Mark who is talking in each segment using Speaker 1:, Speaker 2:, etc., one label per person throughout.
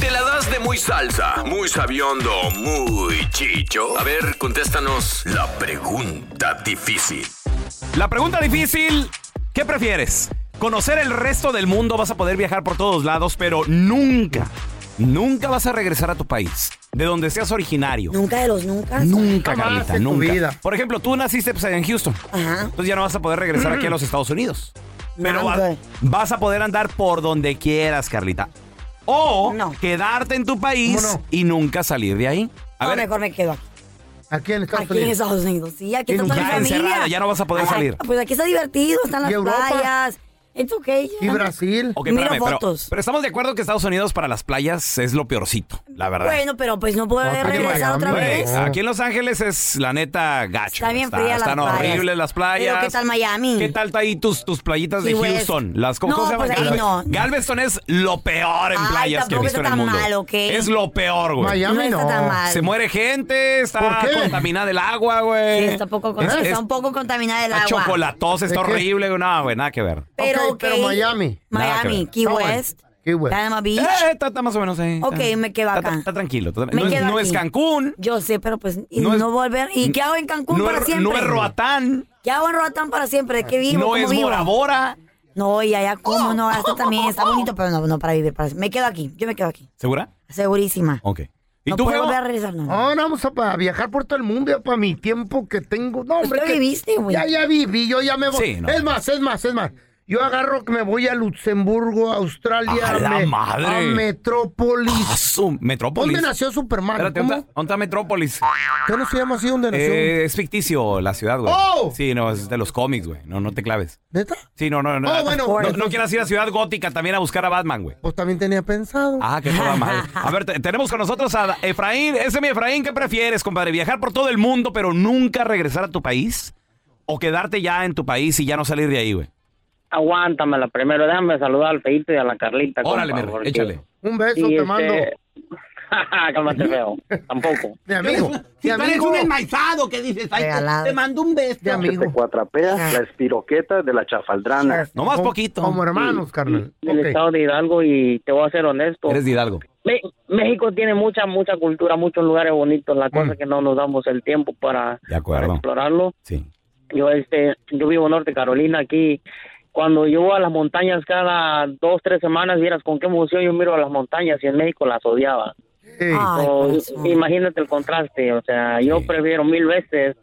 Speaker 1: ¿Te la das de muy salsa, muy sabiondo, muy chicho? A ver, contéstanos la pregunta difícil.
Speaker 2: La pregunta difícil, ¿qué prefieres? Conocer el resto del mundo, vas a poder viajar por todos lados, pero nunca, nunca vas a regresar a tu país, de donde seas originario.
Speaker 3: Nunca de los nunca.
Speaker 2: Nunca,
Speaker 4: Jamás
Speaker 2: Carlita,
Speaker 4: en tu
Speaker 2: nunca.
Speaker 4: vida.
Speaker 2: Por ejemplo, tú naciste pues, en Houston.
Speaker 3: Ajá.
Speaker 2: Entonces ya no vas a poder regresar aquí a los Estados Unidos. Pero
Speaker 3: No,
Speaker 2: va-
Speaker 3: güey.
Speaker 2: vas a poder andar por donde quieras, Carlita. O
Speaker 3: No.
Speaker 2: quedarte en tu país
Speaker 4: ¿Cómo no?
Speaker 2: y nunca salir de ahí. A
Speaker 3: No,
Speaker 2: ver,
Speaker 3: mejor me quedo aquí.
Speaker 4: Aquí en Estados
Speaker 3: Aquí en
Speaker 4: Unidos.
Speaker 3: Estados Unidos, sí, aquí está
Speaker 4: Y
Speaker 3: toda mi
Speaker 2: ya
Speaker 3: familia.
Speaker 2: encerrada, ya no vas a poder
Speaker 3: Ah,
Speaker 2: salir.
Speaker 3: Pues aquí está divertido, están las
Speaker 4: ¿Y Europa?
Speaker 3: playas. It's okay.
Speaker 4: Y
Speaker 3: ya.
Speaker 4: Brasil.
Speaker 2: ok,
Speaker 3: miro
Speaker 2: espérame, pero,
Speaker 3: fotos.
Speaker 2: pero estamos de acuerdo que Estados Unidos para las playas es lo peorcito, la verdad.
Speaker 3: Bueno, pero pues no puedo
Speaker 4: No, está en
Speaker 3: regresar otra
Speaker 4: Miami,
Speaker 2: Güey,
Speaker 3: vez.
Speaker 4: no.
Speaker 2: ¿eh? aquí en Los Ángeles es la neta gacho.
Speaker 3: Está bien fría las
Speaker 2: Están
Speaker 3: playas.
Speaker 2: horribles las playas.
Speaker 3: Pero, ¿qué tal Miami?
Speaker 2: ¿Qué tal ahí tus, tus playitas de
Speaker 3: Key West.
Speaker 2: Houston? Las, ¿Cómo
Speaker 3: No,
Speaker 2: cómo se llama?
Speaker 3: pues ahí no.
Speaker 2: Galveston es lo peor en
Speaker 3: Ay,
Speaker 2: playas que he
Speaker 3: tampoco
Speaker 2: visto en
Speaker 3: está
Speaker 2: el mundo.
Speaker 3: tan mal, ¿ok?
Speaker 2: Es lo peor, güey.
Speaker 4: Miami
Speaker 3: no está
Speaker 4: no.
Speaker 3: tan mal.
Speaker 2: Se muere gente, está
Speaker 4: ¿Por qué?
Speaker 2: contaminada el agua, güey.
Speaker 3: Sí, está, poco con-
Speaker 2: Es-
Speaker 3: está
Speaker 2: es-
Speaker 3: un poco contaminada el
Speaker 2: Está
Speaker 3: agua.
Speaker 2: chocolatosa, está
Speaker 4: ¿De qué?
Speaker 2: horrible, güey. No, güey, nada que ver.
Speaker 3: Pero,
Speaker 4: Ok, pero
Speaker 3: ok.
Speaker 4: Miami.
Speaker 2: Nada que
Speaker 3: Miami,
Speaker 2: ver.
Speaker 3: Key
Speaker 4: Está bueno.
Speaker 3: West,
Speaker 4: Key West.
Speaker 3: Panama Beach.
Speaker 2: Eh, está, está más o menos ahí.
Speaker 3: Ok,
Speaker 2: está-
Speaker 3: me quedo
Speaker 2: está-
Speaker 3: acá.
Speaker 2: Está, está tranquilo. está-
Speaker 3: Me
Speaker 2: no es,
Speaker 3: quedo
Speaker 2: no
Speaker 3: aquí.
Speaker 2: es Cancún.
Speaker 3: Yo sé, pero pues y
Speaker 2: No
Speaker 3: no,
Speaker 2: es-
Speaker 3: volver. ¿Y qué hago en Cancún
Speaker 2: no
Speaker 3: para
Speaker 2: es,
Speaker 3: siempre?
Speaker 2: No es Roatán.
Speaker 3: ¿Qué hago en Roatán para siempre? ¿De ¿Qué vivo?
Speaker 2: No
Speaker 3: ¿Cómo
Speaker 2: es
Speaker 3: vivo?
Speaker 2: Bora Bora. Oh.
Speaker 3: No, y allá cómo no, hasta también está bonito, pero no, no para vivir. Para... Me quedo aquí, yo me quedo aquí,
Speaker 2: ¿Segura?
Speaker 3: segurísima.
Speaker 2: Ok. ¿Y
Speaker 3: no
Speaker 2: tú, Oh,
Speaker 3: puedo
Speaker 2: Feo?
Speaker 3: volver a regresar, no.
Speaker 4: Ahora vamos a pa- viajar por todo el mundo ya para mi tiempo que tengo. No,
Speaker 3: Pues
Speaker 4: hombre.
Speaker 3: ya
Speaker 4: que-
Speaker 3: viviste, güey.
Speaker 4: Ya, ya viví, yo ya me voy.
Speaker 2: Sí, no.
Speaker 4: Es más, es más, es más. Yo agarro que me voy a Luxemburgo, a Australia,
Speaker 2: ¡A la
Speaker 4: me-
Speaker 2: madre!
Speaker 4: a
Speaker 2: Ah,
Speaker 4: Metrópolis.
Speaker 2: su- Metrópolis.
Speaker 4: ¿Dónde nació Superman?
Speaker 2: Espérate,
Speaker 4: ¿Cómo?
Speaker 2: ¿dónde está- dónde está Metrópolis?
Speaker 4: ¿Qué no se llama así donde nació?
Speaker 2: Eh, es ficticio la ciudad, güey.
Speaker 4: ¡Oh!
Speaker 2: Sí, no, es de los cómics, güey. No, no te claves.
Speaker 4: ¿Neta?
Speaker 2: Sí, no, no, no.
Speaker 4: Oh, bueno,
Speaker 2: no, no
Speaker 4: entonces-
Speaker 2: quieras ir a Ciudad Gótica también a buscar a Batman, güey.
Speaker 4: Pues también tenía pensado.
Speaker 2: Ah, que toda madre. A ver, te- tenemos con nosotros a Efraín. Ese es mi Efraín, ¿qué prefieres, compadre? ¿Viajar por todo el mundo, pero nunca regresar a tu país? ¿O quedarte ya en tu país y ya no salir de ahí, güey?
Speaker 5: Aguántamela primero, déjame saludar al Feito y a la Carlita.
Speaker 2: Órale,
Speaker 5: compa,
Speaker 2: mi rey,
Speaker 5: porque-
Speaker 2: échale.
Speaker 4: Un beso
Speaker 5: Sí,
Speaker 4: te
Speaker 5: este-
Speaker 4: mando.
Speaker 5: Cálmate, feo. Tampoco.
Speaker 4: De amigo. De amigo.
Speaker 6: enmaizado que dices,
Speaker 3: "Ay, te- Regalado. te
Speaker 6: mando un beso.
Speaker 4: De amigo.
Speaker 3: Ah.
Speaker 7: cuatrapeas la espiroqueta de la chafaldrana.
Speaker 2: Nomás
Speaker 4: Como-
Speaker 2: poquito.
Speaker 4: Como hermanos, carnal.
Speaker 5: Del
Speaker 4: Ok.
Speaker 5: estado de Hidalgo y te voy a ser honesto.
Speaker 2: Eres de Hidalgo.
Speaker 5: Me- México tiene mucha, mucha cultura, muchos lugares bonitos. La cosa
Speaker 4: Mm.
Speaker 5: es que no nos damos el tiempo para,
Speaker 2: De acuerdo.
Speaker 5: para explorarlo.
Speaker 2: Sí.
Speaker 5: Yo este, yo vivo en Norte Carolina aquí. Cuando yo voy a las montañas cada dos, tres semanas, vieras con qué emoción yo miro a las montañas y en México las odiaba.
Speaker 4: Ey,
Speaker 3: Ay,
Speaker 5: O-
Speaker 4: pues,
Speaker 3: corazón.
Speaker 5: imagínate el contraste, o sea, yo
Speaker 2: Sí.
Speaker 5: prefiero mil veces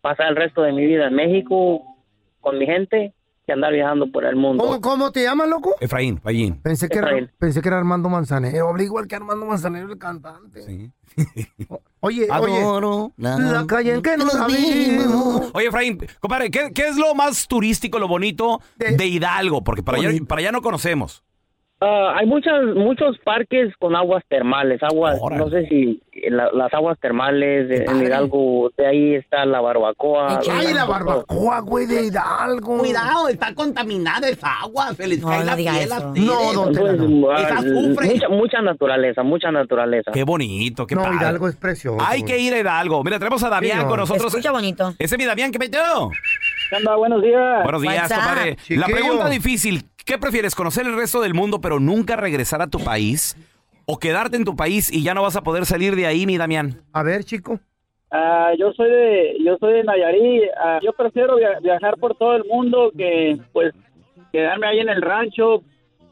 Speaker 5: pasar el resto de mi vida en México con mi gente que andar viajando por el mundo.
Speaker 4: ¿Cómo, cómo te llamas, loco?
Speaker 2: Efraín, Efraín.
Speaker 4: Pensé que, era,
Speaker 5: Efraín.
Speaker 4: pensé que era Armando Manzanero. Habla igual que Armando Manzanero, el cantante.
Speaker 2: Sí.
Speaker 4: Oye, oye. La, calle en que nos vimos.
Speaker 2: Oye, Efraín, compadre, ¿qué, qué es lo más turístico, lo bonito de,
Speaker 4: De-
Speaker 2: Hidalgo? Porque para allá, para allá no conocemos.
Speaker 5: Ah, hay muchas, muchos parques con aguas termales, aguas,
Speaker 2: Órale.
Speaker 5: no sé si la- las aguas termales de, en
Speaker 3: padre.
Speaker 5: Hidalgo, de ahí está la barbacoa.
Speaker 3: Ay,
Speaker 4: Ay, la barbacoa, güey, de Hidalgo.
Speaker 6: está contaminada esa agua, se les
Speaker 3: No, no diga eso.
Speaker 4: No, don Tela,
Speaker 5: Entonces,
Speaker 4: no.
Speaker 5: ah,
Speaker 6: Es azufre.
Speaker 5: mucha, mucha naturaleza, mucha naturaleza.
Speaker 2: Qué bonito, qué
Speaker 4: No,
Speaker 2: padre.
Speaker 4: Hidalgo es precioso.
Speaker 2: Hay que ir a Hidalgo. Mira, tenemos a Damián
Speaker 4: Sí, no.
Speaker 2: con nosotros.
Speaker 3: Escucha bonito.
Speaker 2: Ese es mi Damián, ¿qué metió?
Speaker 5: Buenos días.
Speaker 2: Buenos días,
Speaker 3: What's up?
Speaker 2: compadre. La
Speaker 4: Chiquillo.
Speaker 2: pregunta difícil, ¿qué prefieres, conocer el resto del mundo pero nunca regresar a tu país? ¿O quedarte en tu país y ya no vas a poder salir de ahí, mi Damián?
Speaker 4: A ver, chico.
Speaker 8: Ah, yo soy de yo soy de Nayarit. Ah, yo prefiero via- viajar por todo el mundo que pues quedarme ahí en el rancho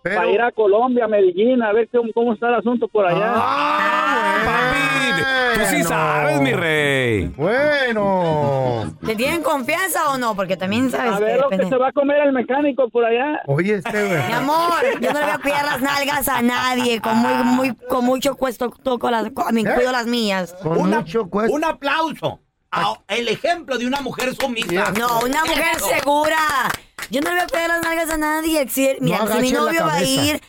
Speaker 4: Pero...
Speaker 8: para ir a Colombia, a Medellín, a ver cómo, cómo está el asunto por allá.
Speaker 1: Ah,
Speaker 2: Papi, tú sí
Speaker 4: bueno.
Speaker 2: sabes, mi rey.
Speaker 4: Bueno.
Speaker 3: ¿Te tienen confianza o no? Porque también sabes
Speaker 8: a
Speaker 3: que
Speaker 8: ver lo que
Speaker 3: depende.
Speaker 8: se va a comer el mecánico por allá.
Speaker 4: Oye, este, güey.
Speaker 3: Mi amor, yo no le voy a cuidar las nalgas a nadie. Con, muy, muy, con mucho cuesto toco las, co- a mí,
Speaker 4: ¿Eh?
Speaker 3: cuido las mías.
Speaker 4: Con mucho cuesta.
Speaker 6: Un aplauso. A- el ejemplo de una mujer sumisa.
Speaker 3: No, una mujer segura. Yo no le voy a cuidar las nalgas a nadie. Si- mira, si mi
Speaker 4: agaches la
Speaker 3: novio va a
Speaker 4: cabeza.
Speaker 3: ir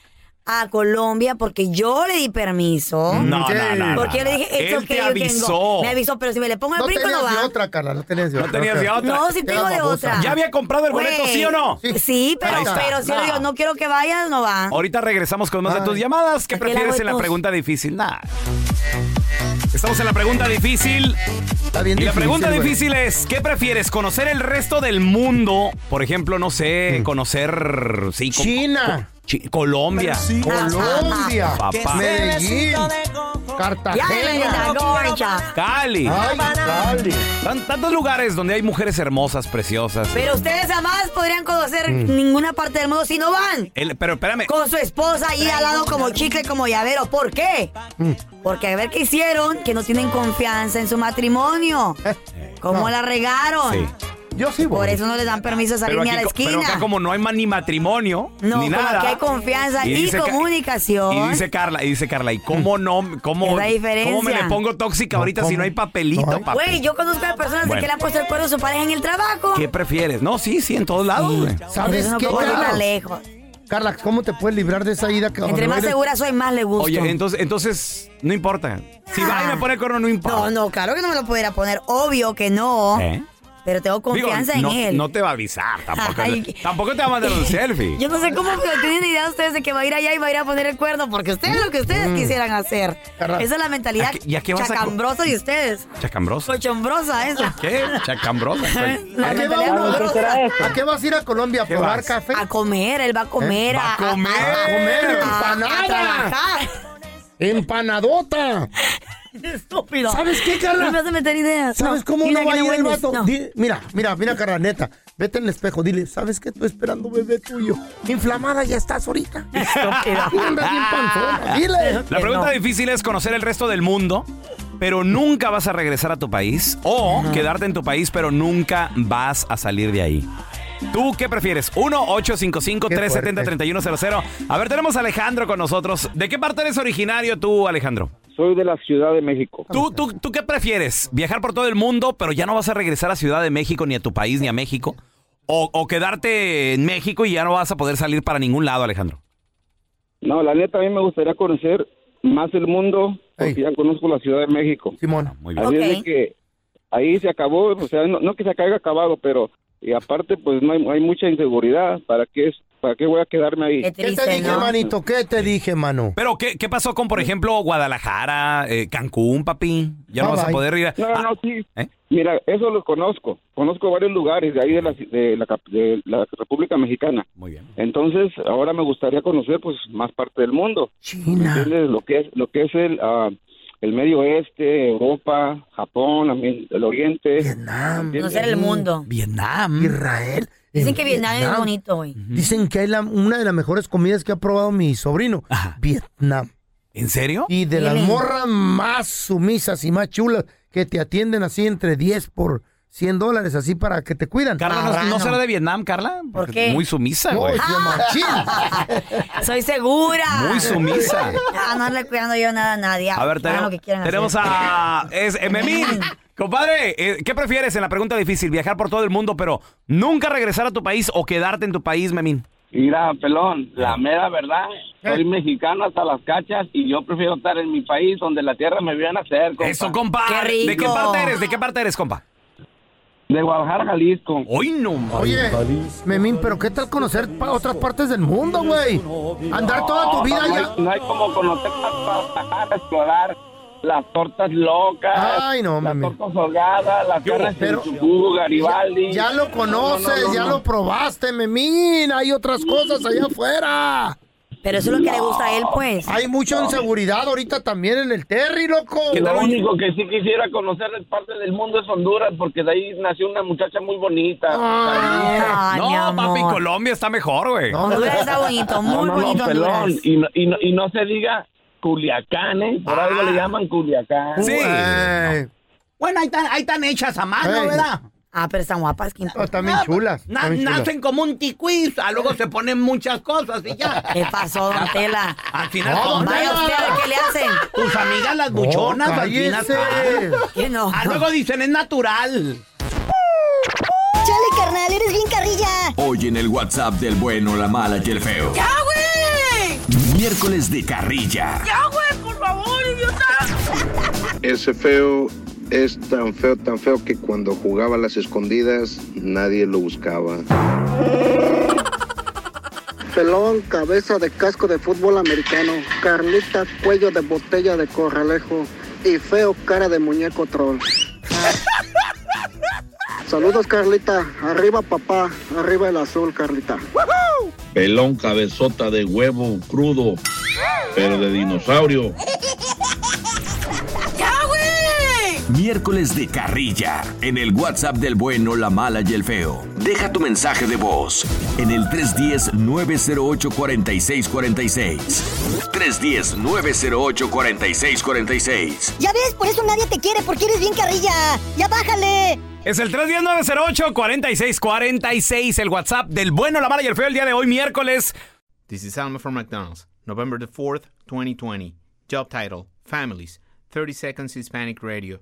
Speaker 3: a Colombia porque yo le di permiso.
Speaker 2: No,
Speaker 4: Sí.
Speaker 2: no, no, no.
Speaker 3: Porque yo le dije,
Speaker 2: Él
Speaker 3: it's okay,
Speaker 2: te
Speaker 3: yo tengo".
Speaker 2: avisó.
Speaker 3: Me avisó, pero si me le pongo el
Speaker 4: No
Speaker 3: brinco no
Speaker 4: tenías
Speaker 3: va.
Speaker 4: de otra, Carla, no tenías de
Speaker 2: No
Speaker 4: otra.
Speaker 2: tenías de otra.
Speaker 3: No, sí
Speaker 4: Era
Speaker 3: tengo de
Speaker 4: babosa.
Speaker 3: otra.
Speaker 2: Ya había comprado el boleto,
Speaker 3: Güey.
Speaker 2: ¿sí o no?
Speaker 4: Sí.
Speaker 3: Sí, pero,
Speaker 2: Ahí está.
Speaker 3: pero si yo
Speaker 2: No.
Speaker 3: digo, no quiero que vayas, no va.
Speaker 2: Ahorita regresamos con más de
Speaker 4: Ay.
Speaker 2: tus llamadas. ¿Qué
Speaker 3: Aquel
Speaker 2: prefieres en la
Speaker 3: abuelos.
Speaker 2: pregunta difícil? Nada. Estamos en la pregunta difícil.
Speaker 4: Está bien
Speaker 2: Y la
Speaker 4: difícil,
Speaker 2: pregunta
Speaker 4: güey.
Speaker 2: difícil es, ¿qué prefieres? ¿Conocer el resto del mundo? Por ejemplo, no sé, conocer... Sí, co-
Speaker 4: Mm. China.
Speaker 2: co- Chi- Colombia. Ah,
Speaker 4: Colombia.
Speaker 2: Papá.
Speaker 4: Medellín.
Speaker 3: Ya me la
Speaker 4: Cartagena.
Speaker 3: gorcha.
Speaker 2: Cali.
Speaker 4: Ay, Cali.
Speaker 2: Tan- tantos lugares donde hay mujeres hermosas, preciosas.
Speaker 3: Pero ustedes jamás podrían conocer
Speaker 2: Mm.
Speaker 3: ninguna parte del mundo si no van.
Speaker 2: El- pero espérame.
Speaker 3: Con su esposa ahí al lado como chicle, como llavero. ¿Por qué? Porque a ver qué hicieron, que no tienen confianza en su matrimonio. ¿Cómo
Speaker 4: No.
Speaker 3: la regaron?
Speaker 2: Sí.
Speaker 4: Yo sí voy.
Speaker 3: Por eso no le dan permiso de salir
Speaker 2: Pero
Speaker 3: ni a
Speaker 2: aquí,
Speaker 3: la
Speaker 2: co-
Speaker 3: esquina.
Speaker 2: pero acá como no hay ma- ni matrimonio,
Speaker 3: No,
Speaker 2: ni
Speaker 3: como
Speaker 2: nada.
Speaker 3: que hay confianza y
Speaker 2: Ca-
Speaker 3: comunicación.
Speaker 2: Y dice Carla, y dice Carla, ¿y cómo no?
Speaker 3: Es
Speaker 2: ¿Cómo,
Speaker 3: la diferencia.
Speaker 2: cómo me le pongo tóxica ahorita si
Speaker 4: ¿cómo?
Speaker 2: no hay papelito,
Speaker 4: No hay.
Speaker 2: papá?
Speaker 3: Güey, yo conozco a personas
Speaker 2: Bueno.
Speaker 3: que le han puesto el cuerno a su pareja en el trabajo.
Speaker 2: ¿Qué prefieres? No, sí, sí, en todos lados, güey.
Speaker 3: Por
Speaker 4: ¿Sabes
Speaker 3: eso no
Speaker 4: qué,
Speaker 3: puedo ir
Speaker 4: Carla?
Speaker 3: tan lejos.
Speaker 4: Carla, ¿cómo te puedes librar de esa ida? que
Speaker 3: Entre más segura soy, más le gusto.
Speaker 2: Oye, entonces, entonces, no importa. Si va y me pone el cuerno, no importa.
Speaker 3: No, no, claro que no me lo pudiera poner. Obvio que no.
Speaker 2: ¿Eh?
Speaker 3: Pero tengo
Speaker 2: Digo,
Speaker 3: confianza
Speaker 2: no,
Speaker 3: en él.
Speaker 2: no te va a avisar tampoco.
Speaker 3: Ay.
Speaker 2: tampoco te va a mandar un selfie.
Speaker 3: Yo no sé cómo pero tienen idea ustedes de que va a ir allá y va a ir a poner el cuerno, porque ustedes lo que ustedes quisieran hacer.
Speaker 4: Carla,
Speaker 3: Esa es la mentalidad
Speaker 2: ¿a qué- Mm. y a qué vas a co- Ah,
Speaker 3: chacambrosa de ustedes.
Speaker 2: Chacambrosa.
Speaker 3: Cochombrosa esa.
Speaker 2: ¿Qué? Chacambrosa. soy.
Speaker 3: La
Speaker 4: ¿A qué, va
Speaker 3: mentalidad
Speaker 4: uno?
Speaker 3: mugrosa.
Speaker 4: ¿A qué vas a ir a Colombia? ¿A
Speaker 2: ¿Qué
Speaker 4: probar
Speaker 2: vas?
Speaker 4: café?
Speaker 3: A comer, él va a comer.
Speaker 2: ¿Eh? Va a comer.
Speaker 4: A comer
Speaker 3: a-
Speaker 4: empanada.
Speaker 3: a trabajar.
Speaker 4: ¡Empanadota!
Speaker 3: Estúpido.
Speaker 4: ¿Sabes qué, Carla?
Speaker 3: No me vas a meter ideas.
Speaker 4: ¿Sabes
Speaker 3: No,
Speaker 4: cómo
Speaker 3: dile
Speaker 4: no
Speaker 3: que
Speaker 4: va a ir el
Speaker 3: vuelves.
Speaker 4: vato?
Speaker 3: No.
Speaker 4: Di- mira, mira, mira, Carla, neta. Vete en el espejo, dile, ¿sabes qué? Estoy esperando un bebé tuyo. Inflamada ya estás ahorita. Y andas bien panzona. Dile.
Speaker 2: La pregunta
Speaker 3: no.
Speaker 2: difícil es conocer el resto del mundo, pero nunca vas a regresar a tu país. O quedarte en tu país, pero nunca vas a salir de ahí. ¿Tú qué prefieres? 1-855-370-3100. A ver, tenemos a Alejandro con nosotros. ¿De qué parte eres originario tú, Alejandro?
Speaker 9: Soy de la Ciudad de México.
Speaker 2: ¿Tú, tú, ¿Tú qué prefieres? ¿Viajar por todo el mundo, pero ya no vas a regresar a Ciudad de México, ni a tu país, ni a México? ¿O, o quedarte en México y ya no vas a poder salir para ningún lado, Alejandro?
Speaker 9: No, la neta, a mí me gustaría conocer más el mundo porque
Speaker 4: Ey.
Speaker 9: ya conozco la Ciudad de México.
Speaker 4: Simón.
Speaker 2: Ah, Muy bien.
Speaker 9: Así es
Speaker 3: Ok.
Speaker 9: de que ahí se acabó, o sea, no, no que se caiga acabado, pero y aparte, pues no hay, hay mucha inseguridad. ¿Para qué, es- ¿Para qué voy a quedarme ahí?
Speaker 3: Qué
Speaker 4: ¿Qué
Speaker 3: triste,
Speaker 4: te dije,
Speaker 3: ¿no?
Speaker 4: manito? ¿Qué te dije, mano?
Speaker 2: Pero, ¿qué, qué pasó con, por ejemplo, Guadalajara, eh, Cancún, papi? Ya no
Speaker 4: Bye,
Speaker 2: vas a
Speaker 4: bye.
Speaker 2: poder ir a...
Speaker 9: No,
Speaker 2: Ah,
Speaker 9: no, sí.
Speaker 2: ¿eh?
Speaker 9: Mira, eso lo conozco. Conozco varios lugares de ahí de la, de la, cap- de la República Mexicana.
Speaker 2: Muy bien.
Speaker 9: Entonces, ahora me gustaría conocer, pues, más parte del mundo.
Speaker 4: China.
Speaker 9: ¿Entiendes? Lo que es, lo que es el, ah, el Medio Oeste, Europa, Japón, también el Oriente.
Speaker 4: Vietnam.
Speaker 3: Conocer el mundo.
Speaker 2: Vietnam.
Speaker 4: Israel.
Speaker 3: Dicen
Speaker 4: en
Speaker 3: que Vietnam es bonito, güey.
Speaker 4: Dicen que hay la- una de las mejores comidas que ha probado mi sobrino.
Speaker 2: Ajá.
Speaker 4: Vietnam.
Speaker 2: ¿En serio?
Speaker 4: Y de las
Speaker 3: Miren.
Speaker 4: morras más sumisas y más chulas que te atienden así entre 10 por 100 dólares, así para que te cuidan. Ah,
Speaker 2: Carla, Ah, ¿no- ¿no,
Speaker 4: Marrano.
Speaker 2: será de Vietnam, Carla? Porque
Speaker 3: qué? Ah.
Speaker 2: Muy sumisa,
Speaker 4: No,
Speaker 2: güey.
Speaker 4: es de machín.
Speaker 3: Soy segura.
Speaker 2: Muy sumisa.
Speaker 3: Ah, no ando cuidando yo nada a nadie.
Speaker 2: A ver,
Speaker 3: Hagan lo
Speaker 2: tenemos,
Speaker 3: que quieran
Speaker 2: tenemos
Speaker 3: hacer.
Speaker 2: a... Es eh, Memín. Compadre, eh, ¿qué prefieres en la pregunta difícil? ¿Viajar por todo el mundo, pero nunca regresar a tu país o quedarte en tu país, Memín? Eh,
Speaker 9: Mira, pelón, la mera verdad, soy
Speaker 4: Eh.
Speaker 9: mexicano hasta las cachas y yo prefiero estar en mi país donde la tierra me vio a nacer, compa.
Speaker 2: Eso, compa.
Speaker 3: Qué rico.
Speaker 2: ¿De qué parte eres? ¿De qué parte eres, compa?
Speaker 9: De Guadalajara, Jalisco.
Speaker 2: Hoy no,
Speaker 4: Oye, Memín, pero ¿qué tal conocer pa- otras partes del mundo, güey? Andar toda tu vida
Speaker 9: no,
Speaker 4: allá.
Speaker 9: hay, no hay como conocer para, explorar las tortas locas,
Speaker 4: Ay, no,
Speaker 9: las
Speaker 4: mami.
Speaker 9: tortas holgadas, las
Speaker 2: hubo?
Speaker 9: carnes
Speaker 4: Pero-
Speaker 9: en Chucugo, Garibaldi.
Speaker 4: Ya lo conoces,
Speaker 9: No, no, no,
Speaker 4: ya
Speaker 9: no.
Speaker 4: lo probaste, Memín. Hay otras cosas allá afuera.
Speaker 3: Pero eso es lo que le gusta a él, pues.
Speaker 4: Hay mucha inseguridad ahorita también en el Terry, loco.
Speaker 2: ¿Qué tal?
Speaker 9: Lo único que sí quisiera conocer es parte del mundo es Honduras, porque de ahí nació una muchacha muy bonita.
Speaker 3: Ay, Ah, mi
Speaker 2: No,
Speaker 3: amor.
Speaker 2: papi, Colombia está mejor, güey.
Speaker 4: No,
Speaker 3: Honduras está bonito, muy bonito Honduras.
Speaker 9: Ah, pelón. Y no, y, no, y no se diga Culiacán, ¿eh? Por
Speaker 2: Ah.
Speaker 9: algo le llaman Culiacán.
Speaker 2: Sí.
Speaker 4: Güey.
Speaker 6: Bueno, ahí están, ahí están hechas a mano,
Speaker 4: Ey.
Speaker 6: ¿verdad?
Speaker 3: Ah, pero están guapas, ¿qué
Speaker 4: No,
Speaker 3: importa?
Speaker 4: están bien chulas.
Speaker 6: Na-
Speaker 4: están bien chulas.
Speaker 6: nacen como un ticuiz, ah, luego se ponen muchas cosas y ya.
Speaker 3: ¿Qué pasó, don Tela?
Speaker 6: Al final
Speaker 4: No,
Speaker 6: son
Speaker 3: Vaya usted a ver qué le hacen.
Speaker 6: tus amigas las buchonas,
Speaker 4: No,
Speaker 6: al final.
Speaker 4: cállese.
Speaker 3: ¿Qué no?
Speaker 6: Ah, luego dicen es natural.
Speaker 10: Chale, carnal, eres bien carrilla.
Speaker 1: Hoy en el WhatsApp del bueno, la mala y el feo. Miércoles de carrilla.
Speaker 11: ¡Ya, güey, por favor, idiota!
Speaker 12: Ese feo es tan feo, tan feo que cuando jugaba a las escondidas nadie lo buscaba.
Speaker 13: Pelón, cabeza de casco de fútbol americano. Carlita, cuello de botella de corralejo. Y feo, cara de muñeco troll. Saludos, Carlita. Arriba, papá. Arriba el azul, Carlita.
Speaker 14: Pelón, cabezota de huevo crudo, pero de dinosaurio.
Speaker 11: ¡Ya, güey!
Speaker 1: Miércoles de carrilla. En el WhatsApp del bueno, la mala y el feo. Deja tu mensaje de voz en el 310-908-4646. 310-908-4646.
Speaker 10: Ya ves, por eso nadie te quiere, porque eres bien carrilla. Ya bájale.
Speaker 2: Es el 31908-4646, el WhatsApp del bueno, la mala y el feo el día de hoy, miércoles.
Speaker 15: This is Alma from McDonald's, November the 4th, 2020. Job title, Families, 30 Seconds Hispanic Radio.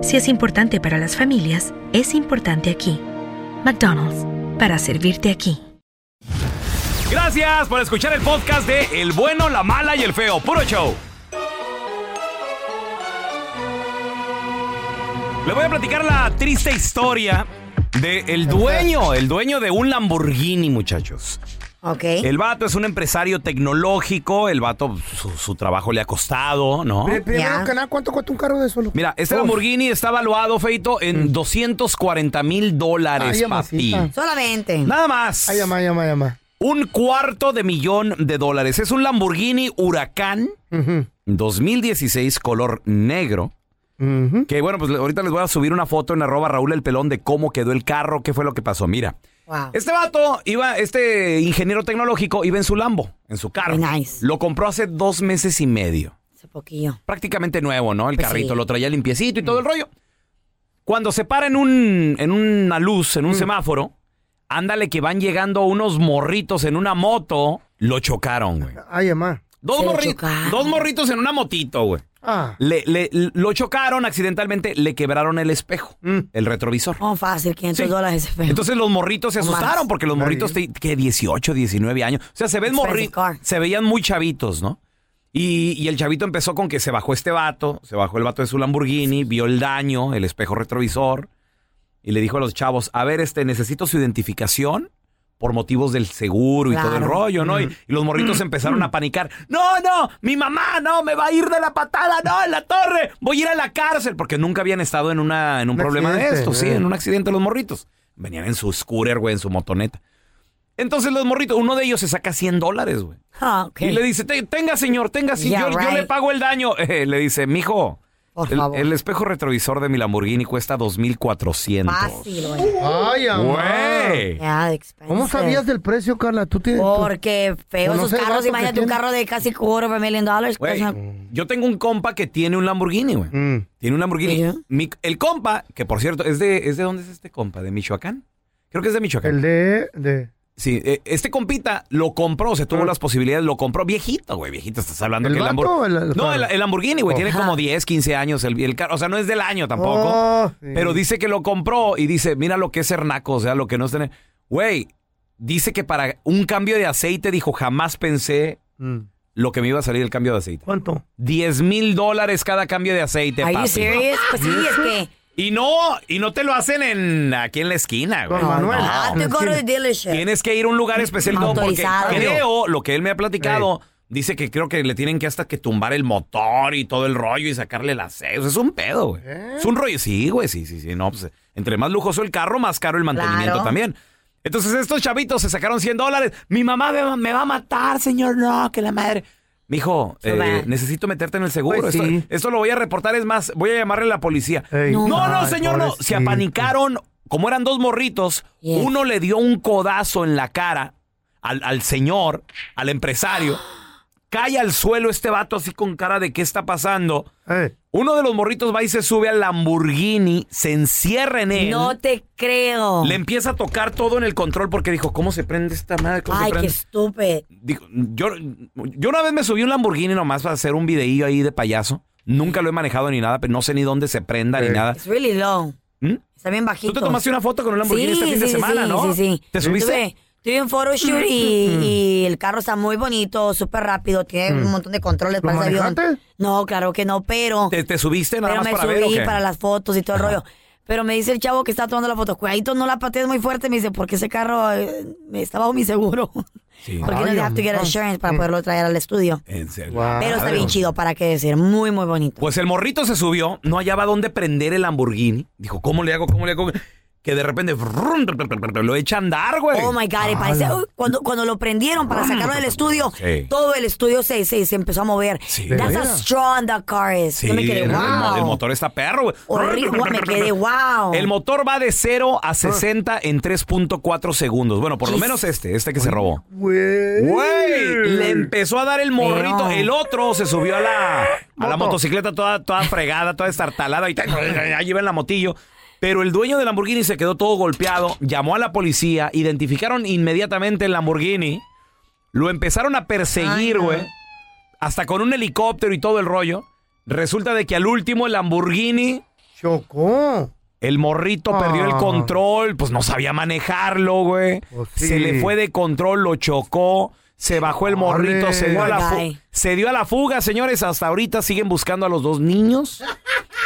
Speaker 16: Si es importante para las familias, es importante aquí. McDonald's, para servirte aquí.
Speaker 2: Gracias por escuchar el podcast de El bueno, la mala y el feo. Puro show. Le voy a platicar la triste historia del dueño, el dueño de un Lamborghini, muchachos.
Speaker 3: Ok.
Speaker 2: El vato es un empresario tecnológico, el vato su, su trabajo le ha costado, ¿no?
Speaker 4: Pri- Primero que nada, ¿cuánto cuesta un carro de solo?
Speaker 2: Mira, este Lamborghini está valuado, Feito, en 240 mil dólares, papi.
Speaker 3: Solamente.
Speaker 2: Nada más.
Speaker 4: Ay, ama, ay, ama, ay, ama.
Speaker 2: Un cuarto de millón de dólares. Es un Lamborghini Huracán 2016, color negro. Que bueno, pues le- ahorita les voy a subir una foto en arroba Raúl el Pelón de cómo quedó el carro, qué fue lo que pasó. Mira, este vato iba, este ingeniero tecnológico iba en su Lambo, en su carro. Lo compró hace dos meses y medio.
Speaker 3: Hace poquillo.
Speaker 2: Prácticamente nuevo, ¿no? El
Speaker 3: Pues
Speaker 2: carrito
Speaker 3: sí. Mm.
Speaker 2: lo traía limpiecito y todo el rollo. Cuando se para en, un, en una luz,
Speaker 3: Mm.
Speaker 2: en un semáforo, ándale que van llegando unos morritos en una moto, lo chocaron, güey.
Speaker 4: Ay, mamá.
Speaker 2: Dos, morri-
Speaker 3: Ah.
Speaker 2: dos morritos en una motito, güey.
Speaker 4: Ah.
Speaker 2: Le, le- lo chocaron accidentalmente, le quebraron el espejo, el retrovisor.
Speaker 3: Mm. Oh, fácil, 500
Speaker 2: Sí.
Speaker 3: dólares.
Speaker 6: Pues,
Speaker 3: feo.
Speaker 2: Entonces los morritos se
Speaker 3: O más.
Speaker 2: asustaron porque los morritos te- que 18, 19 años. O sea, se ven
Speaker 3: Expensive
Speaker 2: morri- se veían muy chavitos, ¿no? Y, y el chavito empezó con que se bajó este vato, se bajó el vato de su Lamborghini, vio el daño, el espejo retrovisor, y le dijo a los chavos, a ver, este, necesito su identificación por motivos del seguro y todo el
Speaker 17: Claro.
Speaker 2: rollo, ¿no? Y, y los morritos
Speaker 17: Mm.
Speaker 2: empezaron a panicar. No, no, mi mamá, no, me va a ir de la patada, no, en la torre, "Eh, voy a ir a la cárcel, porque nunca habían estado en, una, en un,
Speaker 17: Un
Speaker 2: problema de
Speaker 17: accidente,
Speaker 2: esto, sí,
Speaker 17: eh.
Speaker 2: en un accidente los morritos. Venían en su scooter, güey, en su motoneta. Entonces los morritos, uno de ellos se saca 100 dólares, güey.
Speaker 3: Ah, ok.
Speaker 2: Y le dice, "Te- tenga señor, tenga, sí,
Speaker 3: Yeah,
Speaker 2: yo, yo le
Speaker 3: right.
Speaker 2: pago el daño. Eh, le dice, mijo, el,
Speaker 3: favor.
Speaker 2: el espejo retrovisor de mi Lamborghini cuesta 2,400.
Speaker 3: Fácil, güey.
Speaker 4: Ay, amá.
Speaker 2: Güey.
Speaker 3: Ya, de expensive.
Speaker 4: ¿Cómo sabías del precio, Carla? ¿Tú tienes, tú-
Speaker 3: Porque feo
Speaker 4: Pues no
Speaker 3: esos
Speaker 4: sé, el vato
Speaker 3: carros,
Speaker 4: que
Speaker 3: imagínate un
Speaker 4: tiene.
Speaker 3: carro de casi quarter of a million dollars.
Speaker 2: Güey,
Speaker 3: cosa-
Speaker 2: yo tengo un compa que tiene un Lamborghini, güey.
Speaker 4: Mm.
Speaker 2: Tiene un Lamborghini. Mi- el compa, que por cierto, es de, ¿es de dónde es este compa? ¿De Michoacán? Creo que es de Michoacán.
Speaker 4: El de... de...
Speaker 2: Sí, eh, este compita lo compró, se tuvo las posibilidades, lo compró viejito, güey, viejito, estás hablando
Speaker 4: Ah. ¿El
Speaker 2: que
Speaker 4: vato
Speaker 2: Lambor-
Speaker 4: o el- el
Speaker 2: No,
Speaker 4: carro?
Speaker 2: el, el Lamborghini, güey,
Speaker 4: Oh.
Speaker 2: tiene como 10, 15 años el, el carro, o sea, no es del año tampoco,
Speaker 4: Oh, sí.
Speaker 2: pero dice que lo compró y dice, mira lo que es ser naco, o sea, lo que no es tener... Güey, dice que para un cambio de aceite, dijo, jamás pensé lo que me iba a salir el cambio de aceite.
Speaker 4: Mm. ¿Cuánto?
Speaker 2: 10 mil dólares cada cambio de aceite,
Speaker 3: Are you
Speaker 2: papi.
Speaker 3: serious? Pues sí, es que...
Speaker 2: Y no, y no te lo hacen en aquí en la esquina, güey.
Speaker 3: No,
Speaker 2: Manuel.
Speaker 3: no. Ah, to go to the dealership.
Speaker 2: Tienes que ir a un lugar especial no, porque
Speaker 3: Autorizado.
Speaker 2: creo, lo que él me ha platicado, dice que creo que le tienen que hasta que tumbar el motor y todo el rollo y sacarle las sellos. Es un pedo, güey. Es un rollo. Sí, güey, sí, sí, sí. No, pues, entre más lujoso el carro, más caro el mantenimiento
Speaker 17: Claro.
Speaker 2: también. Entonces estos chavitos se sacaron 100 dólares. Mi mamá me, va- me va a matar, señor. No, que la madre. Mijo,
Speaker 17: So
Speaker 2: eh,
Speaker 17: bad.
Speaker 2: necesito meterte en el seguro.
Speaker 17: Pues
Speaker 2: esto,
Speaker 17: sí.
Speaker 2: esto lo voy a reportar, es más, voy a llamarle a la policía.
Speaker 17: Ey.
Speaker 2: No, no,
Speaker 17: Ay,
Speaker 2: señor, no. Se
Speaker 17: pobrecito.
Speaker 2: apanicaron. Como eran dos morritos, uno le dio un codazo en la cara al, al señor, al empresario, cae al suelo este vato así con cara de qué está pasando. Uno de los morritos va y se sube al Lamborghini, se encierra en él.
Speaker 3: No te creo.
Speaker 2: Le em- empieza a tocar todo en el control porque dijo, ¿cómo se prende esta madre? ¿Cómo se
Speaker 3: Ay, qué
Speaker 2: prende?"
Speaker 3: estúpido.
Speaker 2: Dijo, yo, yo una vez me subí a un Lamborghini nomás para hacer un videillo ahí de payaso. Nunca lo he manejado ni nada, pero no sé ni dónde se prenda ni nada.
Speaker 3: It's really long.
Speaker 2: ¿Mm?
Speaker 3: Está bien bajito.
Speaker 2: Tú te tomaste una foto con un Lamborghini este fin de semana,
Speaker 3: sí, Sí,
Speaker 2: ¿no?
Speaker 3: sí.
Speaker 2: ¿Te subiste?
Speaker 3: Tuve, tuve un photoshoot y, y el carro está muy bonito, súper rápido, tiene
Speaker 2: Mm.
Speaker 3: un montón de controles
Speaker 2: ¿Lo
Speaker 3: para ese avión.
Speaker 2: manejaste?
Speaker 3: No, claro que no, pero...
Speaker 2: ¿Te, te subiste nada
Speaker 3: Pero
Speaker 2: más
Speaker 3: me
Speaker 2: para ver o
Speaker 3: subí
Speaker 2: qué?
Speaker 3: para las fotos y todo el rollo. Pero me dice el chavo que está tomando la foto, cuidadito, no la patees muy fuerte. Me dice, porque ese carro eh, está bajo mi seguro. Porque no
Speaker 2: Ay, Ah,
Speaker 3: te have to get
Speaker 2: amor.
Speaker 3: insurance para poderlo traer al estudio.
Speaker 2: En serio.
Speaker 3: Pero está
Speaker 2: Madre.
Speaker 3: bien chido, ¿para qué decir? Muy, muy bonito.
Speaker 2: Pues el morrito se subió, no hallaba dónde prender el Lamborghini. Dijo, ¿cómo le hago? ¿Cómo le hago? Que de repente brum, brum, brum, brum, lo echa a andar, güey. Ah,
Speaker 3: Oh my God, y parece, uy, cuando, cuando lo prendieron para sacarlo del estudio,
Speaker 2: Sí.
Speaker 3: todo el estudio se, se, se empezó a mover.
Speaker 2: ¿De
Speaker 3: That's a
Speaker 2: veras?
Speaker 3: straw in the car is.
Speaker 2: Sí,
Speaker 3: Yo me quedé,
Speaker 2: el, el mo- el
Speaker 3: wow.
Speaker 2: motor está perro, güey.
Speaker 3: Horrible, guau, me quedé, wow.
Speaker 2: El motor va de 0 a 60 en 3.4 segundos. Bueno, por lo
Speaker 3: Jeez.
Speaker 2: menos este, este que se robó.
Speaker 4: Güey.
Speaker 2: Güey, le empezó a dar el morrito.
Speaker 4: Pero-
Speaker 2: El otro se subió a la, a la
Speaker 4: Moto.
Speaker 2: motocicleta toda, toda fregada, toda estartalada. Y ahí iba en la motillo. Pero el dueño del Lamborghini se quedó todo golpeado. Llamó a la policía. Identificaron inmediatamente el Lamborghini. Lo empezaron a perseguir, güey. Hasta con un helicóptero y todo el rollo. Resulta de que al último el Lamborghini...
Speaker 4: Chocó.
Speaker 2: El morrito perdió el
Speaker 4: Ah. Pues
Speaker 2: control, pues no sabía manejarlo, güey.
Speaker 4: sí.
Speaker 2: Se le fue de control, lo chocó, se bajó el morrito, se dio, a la
Speaker 4: Poor
Speaker 2: fu-
Speaker 4: guy.
Speaker 2: se dio a la fuga, señores. Hasta ahorita siguen buscando a los dos niños.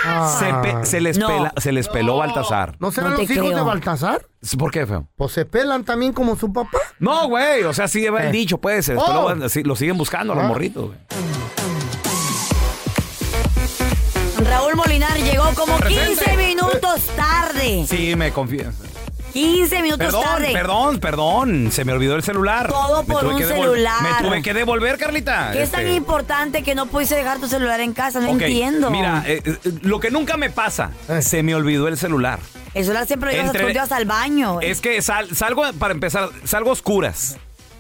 Speaker 3: Ah.
Speaker 2: Se, pe- se les,
Speaker 4: No.
Speaker 2: pela- se les peló Baltasar.
Speaker 4: ¿No serán los hijos de Baltasar?
Speaker 2: ¿Por qué, feo?
Speaker 4: Pues se pelan también como su papá.
Speaker 2: No, güey, o sea, sigue
Speaker 4: Eh.
Speaker 2: el dicho, pues, puede ser. después
Speaker 4: Oh. Ah.
Speaker 2: lo, van- sí, lo siguen buscando a los morritos, güey.
Speaker 3: Raúl Molinar llegó como 15 minutos tarde.
Speaker 2: Sí, me confío.
Speaker 3: 15 minutos
Speaker 2: Perdón,
Speaker 3: tarde.
Speaker 2: perdón, perdón. Se me olvidó el celular.
Speaker 3: Todo
Speaker 2: Me
Speaker 3: por
Speaker 2: tuve
Speaker 3: un
Speaker 2: que devol-
Speaker 3: celular.
Speaker 2: Me tuve que devolver, Carlita.
Speaker 3: ¿Qué es tan
Speaker 2: Este-
Speaker 3: importante que no pudiste dejar tu celular en casa? No
Speaker 2: Ok,
Speaker 3: entiendo.
Speaker 2: Mira, eh, eh, lo que nunca me pasa,
Speaker 4: Eh.
Speaker 2: se me olvidó el celular.
Speaker 3: el celular siempre lo llevas
Speaker 2: entre-
Speaker 3: escondido hasta el baño.
Speaker 2: Es que sal- salgo, para empezar, salgo a oscuras.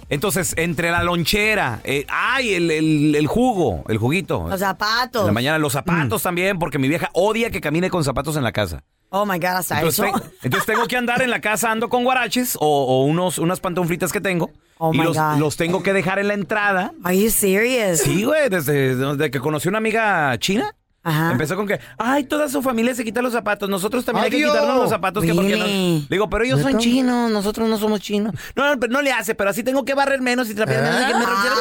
Speaker 2: Entonces, entre la lonchera, eh, ay, el, el- el jugo, el juguito.
Speaker 3: Los zapatos. Mm.
Speaker 2: En la mañana, los zapatos también, porque mi vieja odia que camine con zapatos en la casa.
Speaker 3: Oh my God, hasta
Speaker 2: Entonces,
Speaker 3: eso.
Speaker 2: te- entonces tengo que andar en la casa, ando con guaraches o, o unos, unas pantuflitas que tengo.
Speaker 3: Oh
Speaker 2: y
Speaker 3: my
Speaker 2: los,
Speaker 3: God.
Speaker 2: los tengo que dejar en la entrada.
Speaker 3: Are you serious?
Speaker 2: Sí, güey, desde, desde que conocí una amiga china. Empezó con que, ay, toda su familia se quita los zapatos, nosotros también hay que
Speaker 6: Adiós.
Speaker 2: quitarnos los zapatos. Que porque no-".
Speaker 6: Really?
Speaker 2: Le digo, pero ellos son
Speaker 6: ¿Neta?
Speaker 2: chinos, nosotros no somos chinos. No, no, pero no le hace, pero así tengo que barrer menos y trapear menos. y que me refiero-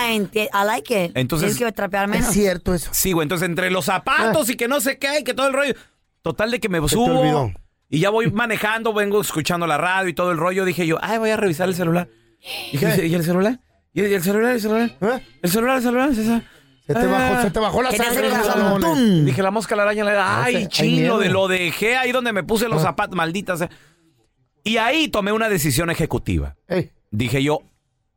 Speaker 3: Ah, enti- I like it.
Speaker 2: Entonces-
Speaker 3: Tienes que trapear menos.
Speaker 2: cierto eso. Sí, güey, entonces entre los zapatos y que no sé qué y que todo el rollo. Total de que me
Speaker 4: Ah. te
Speaker 2: subo
Speaker 4: olvidó.
Speaker 2: y ya voy manejando, vengo escuchando la radio y todo el rollo. Dije yo, ay, voy a revisar el celular. ¿Y, qué? ¿Y el celular? ¿Y el celular? ¿El celular? ¿El celular? ¿El celular? Ah, Se
Speaker 4: te bajó- ¿Eh? se te bajó la ¿Qué te sangre hace en los que la- talones.
Speaker 2: Dije, la mosca, la araña, la...
Speaker 4: sé,
Speaker 2: Ay,
Speaker 4: Ah, hay
Speaker 2: chino,
Speaker 4: miedo. Ah.
Speaker 2: de lo dejé ahí donde me puse los zapatos, maldita sea. Y ahí tomé una decisión ejecutiva.
Speaker 4: Ey.
Speaker 2: Dije yo,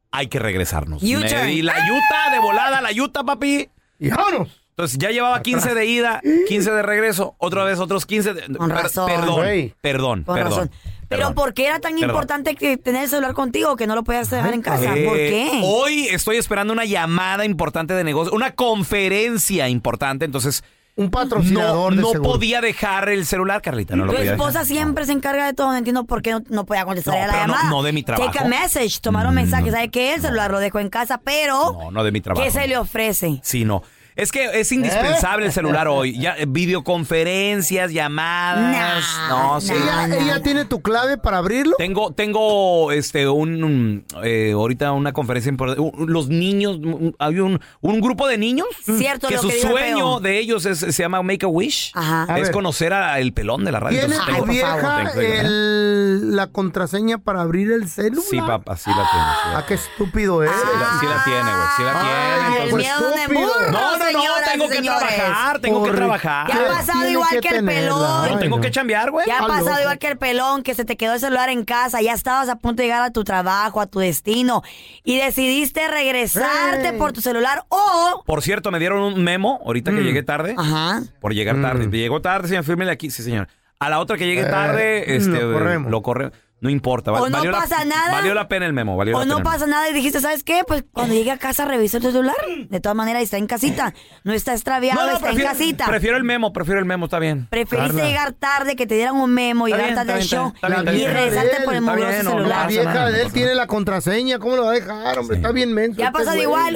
Speaker 2: hay que regresarnos.
Speaker 4: U-turn.
Speaker 2: Me- Y la yuta de volada, la yuta, papi.
Speaker 4: Y vámonos.
Speaker 2: Entonces ya llevaba 15 de ida, 15 de regreso, otra vez otros 15 de...
Speaker 3: Con razón.
Speaker 2: Perdón,
Speaker 3: Güey.
Speaker 2: perdón,
Speaker 3: Con
Speaker 2: perdón.
Speaker 3: razón. Pero
Speaker 2: perdón.
Speaker 3: ¿por qué era tan
Speaker 2: Perdón.
Speaker 3: importante que tener el celular contigo que no lo podías dejar en casa?
Speaker 2: Eh,
Speaker 3: ¿Por qué?
Speaker 2: Hoy estoy esperando una llamada importante de negocio, una conferencia importante, entonces... Un
Speaker 4: patrocinador de
Speaker 2: No, no
Speaker 4: seguro.
Speaker 2: podía dejar el celular, Carlita, no lo
Speaker 3: tu
Speaker 2: podía dejar.
Speaker 3: esposa siempre se encarga de todo. No entiendo por qué no, no podía contestar
Speaker 2: No,
Speaker 3: a la
Speaker 2: pero no-
Speaker 3: llamada.
Speaker 2: no de mi trabajo. Mm.
Speaker 3: Take a message, tomar un mensaje. ¿Sabe qué? El celular lo dejó en casa, pero
Speaker 2: No, no de mi trabajo.
Speaker 3: ¿qué se le ofrece?
Speaker 2: Sí, no. Es que es indispensable el celular hoy. Ya, eh, videoconferencias, llamadas. no, sí.
Speaker 4: ¿Ella, ella tiene tu clave para abrirlo?
Speaker 2: Tengo, tengo este un, un, eh, ahorita una conferencia importante. Un- Los niños, un- hay un, un grupo de niños
Speaker 3: Cierto,
Speaker 2: que
Speaker 3: lo
Speaker 2: su
Speaker 3: que dijo el
Speaker 2: sueño
Speaker 3: feo.
Speaker 2: de ellos es- se llama Make a Wish.
Speaker 4: A
Speaker 2: Es
Speaker 4: ver.
Speaker 2: conocer a el pelón de la radio.
Speaker 4: ¿Tiene
Speaker 2: Entonces
Speaker 4: tu
Speaker 2: tengo-
Speaker 4: vieja
Speaker 2: tengo ¿eh? que-
Speaker 4: el- la contraseña para abrir el celular?
Speaker 2: Sí, papá, sí la tiene. sí la-
Speaker 4: Ah, qué estúpido es.
Speaker 2: Sí la, sí la tiene, güey. Sí la tiene.
Speaker 3: Ah. el
Speaker 2: entonces-
Speaker 3: miedo de burro,
Speaker 2: No, no, no,
Speaker 3: señoras y
Speaker 2: tengo que
Speaker 3: señores.
Speaker 2: trabajar, tengo que
Speaker 4: Por-
Speaker 2: trabajar.
Speaker 3: Ya ha pasado igual que, el pelón.
Speaker 2: No tengo que chambear, güey.
Speaker 3: Ya ha pasado igual que el pelón, que se te quedó el celular en casa, ya estabas a punto de llegar a tu trabajo, a tu destino, y decidiste regresarte por tu celular o...
Speaker 2: Por cierto, me dieron un memo ahorita
Speaker 4: Mm.
Speaker 2: que llegué tarde.
Speaker 3: Ajá.
Speaker 2: Por llegar tarde. Llegó tarde, señor, fírmele aquí. Sí, señor. A la otra que llegue
Speaker 4: Eh,
Speaker 2: tarde,
Speaker 4: lo
Speaker 2: este,
Speaker 4: corremos.
Speaker 2: Lo corremos. No importa.
Speaker 3: O no
Speaker 2: valió la-
Speaker 3: pasa nada.
Speaker 2: Valió la pena el memo. Valió
Speaker 3: O
Speaker 2: la
Speaker 3: no
Speaker 2: pena el
Speaker 3: pasa nada y dijiste, ¿sabes qué? Pues cuando llegue a casa revisé tu celular. De todas maneras, está en casita. No está extraviado,
Speaker 2: memo. No, no,
Speaker 3: está
Speaker 2: prefiero,
Speaker 3: en casita.
Speaker 2: prefiero el memo, prefiero el memo, está bien.
Speaker 3: Preferiste
Speaker 2: Carla.
Speaker 3: llegar tarde, que te dieran un memo,
Speaker 2: Está
Speaker 3: llegar
Speaker 2: bien,
Speaker 3: tarde
Speaker 2: está
Speaker 3: al
Speaker 2: bien,
Speaker 3: show
Speaker 2: está bien, está
Speaker 3: y
Speaker 2: bien, está bien.
Speaker 3: regresarte por el
Speaker 2: Está
Speaker 3: mugroso
Speaker 2: bien, no, no
Speaker 3: celular.
Speaker 2: pasa
Speaker 4: La vieja
Speaker 2: nada, no
Speaker 4: de él
Speaker 2: pasa
Speaker 4: tiene la contraseña. ¿Cómo lo va a dejar, hombre? Está bien menso.
Speaker 3: Ya ha
Speaker 4: este
Speaker 3: pasado
Speaker 4: güey.
Speaker 3: igual,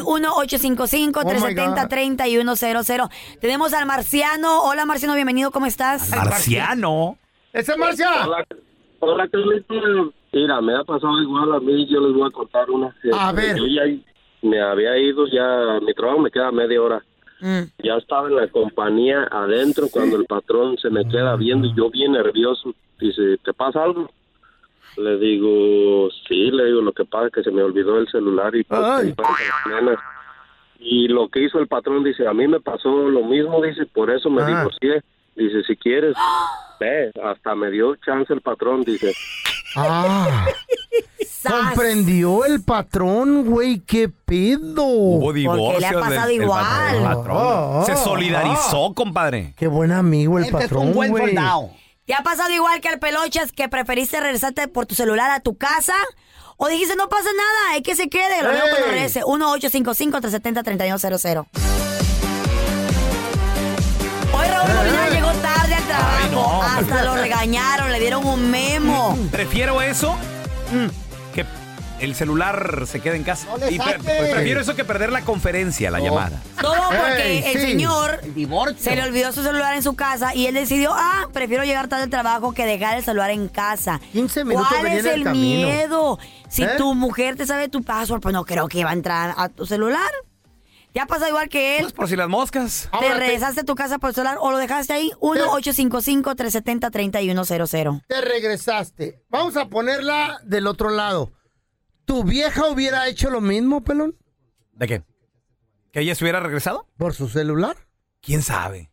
Speaker 3: 1-855-370-3100. Tenemos al Marciano. Hola, Marciano, bienvenido, ¿cómo estás?
Speaker 2: Marciano.
Speaker 4: ¡Ese es Marciano!
Speaker 17: Hola, hola, Carlitos. Mira, me ha pasado igual a mí, yo les voy a contar una.
Speaker 4: A ver.
Speaker 17: Yo ya me había ido, ya mi trabajo me queda media hora. Ya estaba en la compañía adentro cuando el patrón se me queda viendo y yo bien nervioso. Dice, ¿te pasa algo? Le digo, sí, le digo, lo que pasa es que se me olvidó el celular y pues,
Speaker 11: Ay.
Speaker 17: tengo varias mañanas". Y lo que hizo el patrón, dice, a mí me pasó lo mismo, dice, por eso me divorcié. Dice, si quieres, ve, hasta me dio chance el patrón, dice.
Speaker 4: Ah. Comprendió el patrón, güey, qué pedo. Hubo
Speaker 2: Divorcio del- del patrón. Se solidarizó, compadre.
Speaker 4: ah. Qué buen amigo el
Speaker 11: Este
Speaker 4: patrón, güey.
Speaker 3: ¿Te ha pasado igual que al Pelochas que preferiste regresarte por tu celular a tu casa? ¿O dijiste, no pasa nada, hay que se quede? Lo veo
Speaker 11: ¡Ey!
Speaker 3: cuando regrese. 1-855-370-3100. Hoy Raúl Molina llegó tarde al trabajo. Hasta lo regañaron, le dieron un memo.
Speaker 2: Mm, Prefiero eso mm, que el celular se quede en casa.
Speaker 3: le
Speaker 2: Y
Speaker 3: saques.
Speaker 2: prefiero eso que perder la conferencia, la llamada.
Speaker 3: Todo porque
Speaker 2: Ey,
Speaker 3: el
Speaker 2: sí.
Speaker 3: señor se le olvidó su celular en su casa y él decidió, ah, prefiero llegar tarde al trabajo que dejar el celular en casa. 15
Speaker 4: minutos
Speaker 3: ¿Cuál
Speaker 4: venía
Speaker 3: es
Speaker 4: en el
Speaker 3: el
Speaker 4: camino.
Speaker 3: miedo? Si
Speaker 4: ¿Eh?
Speaker 3: tu mujer te sabe tu password, pues no creo que va a entrar a tu celular. Ya pasa igual que él.
Speaker 2: Pues por si las moscas.
Speaker 3: Te regresaste a tu casa por el celular o lo dejaste ahí. 1-855-370-3100.
Speaker 4: Te regresaste. Vamos a ponerla del otro lado. ¿Tu vieja hubiera hecho lo mismo, pelón?
Speaker 2: ¿De qué? ¿Que ella se hubiera regresado?
Speaker 4: ¿Por su celular?
Speaker 2: ¿Quién sabe?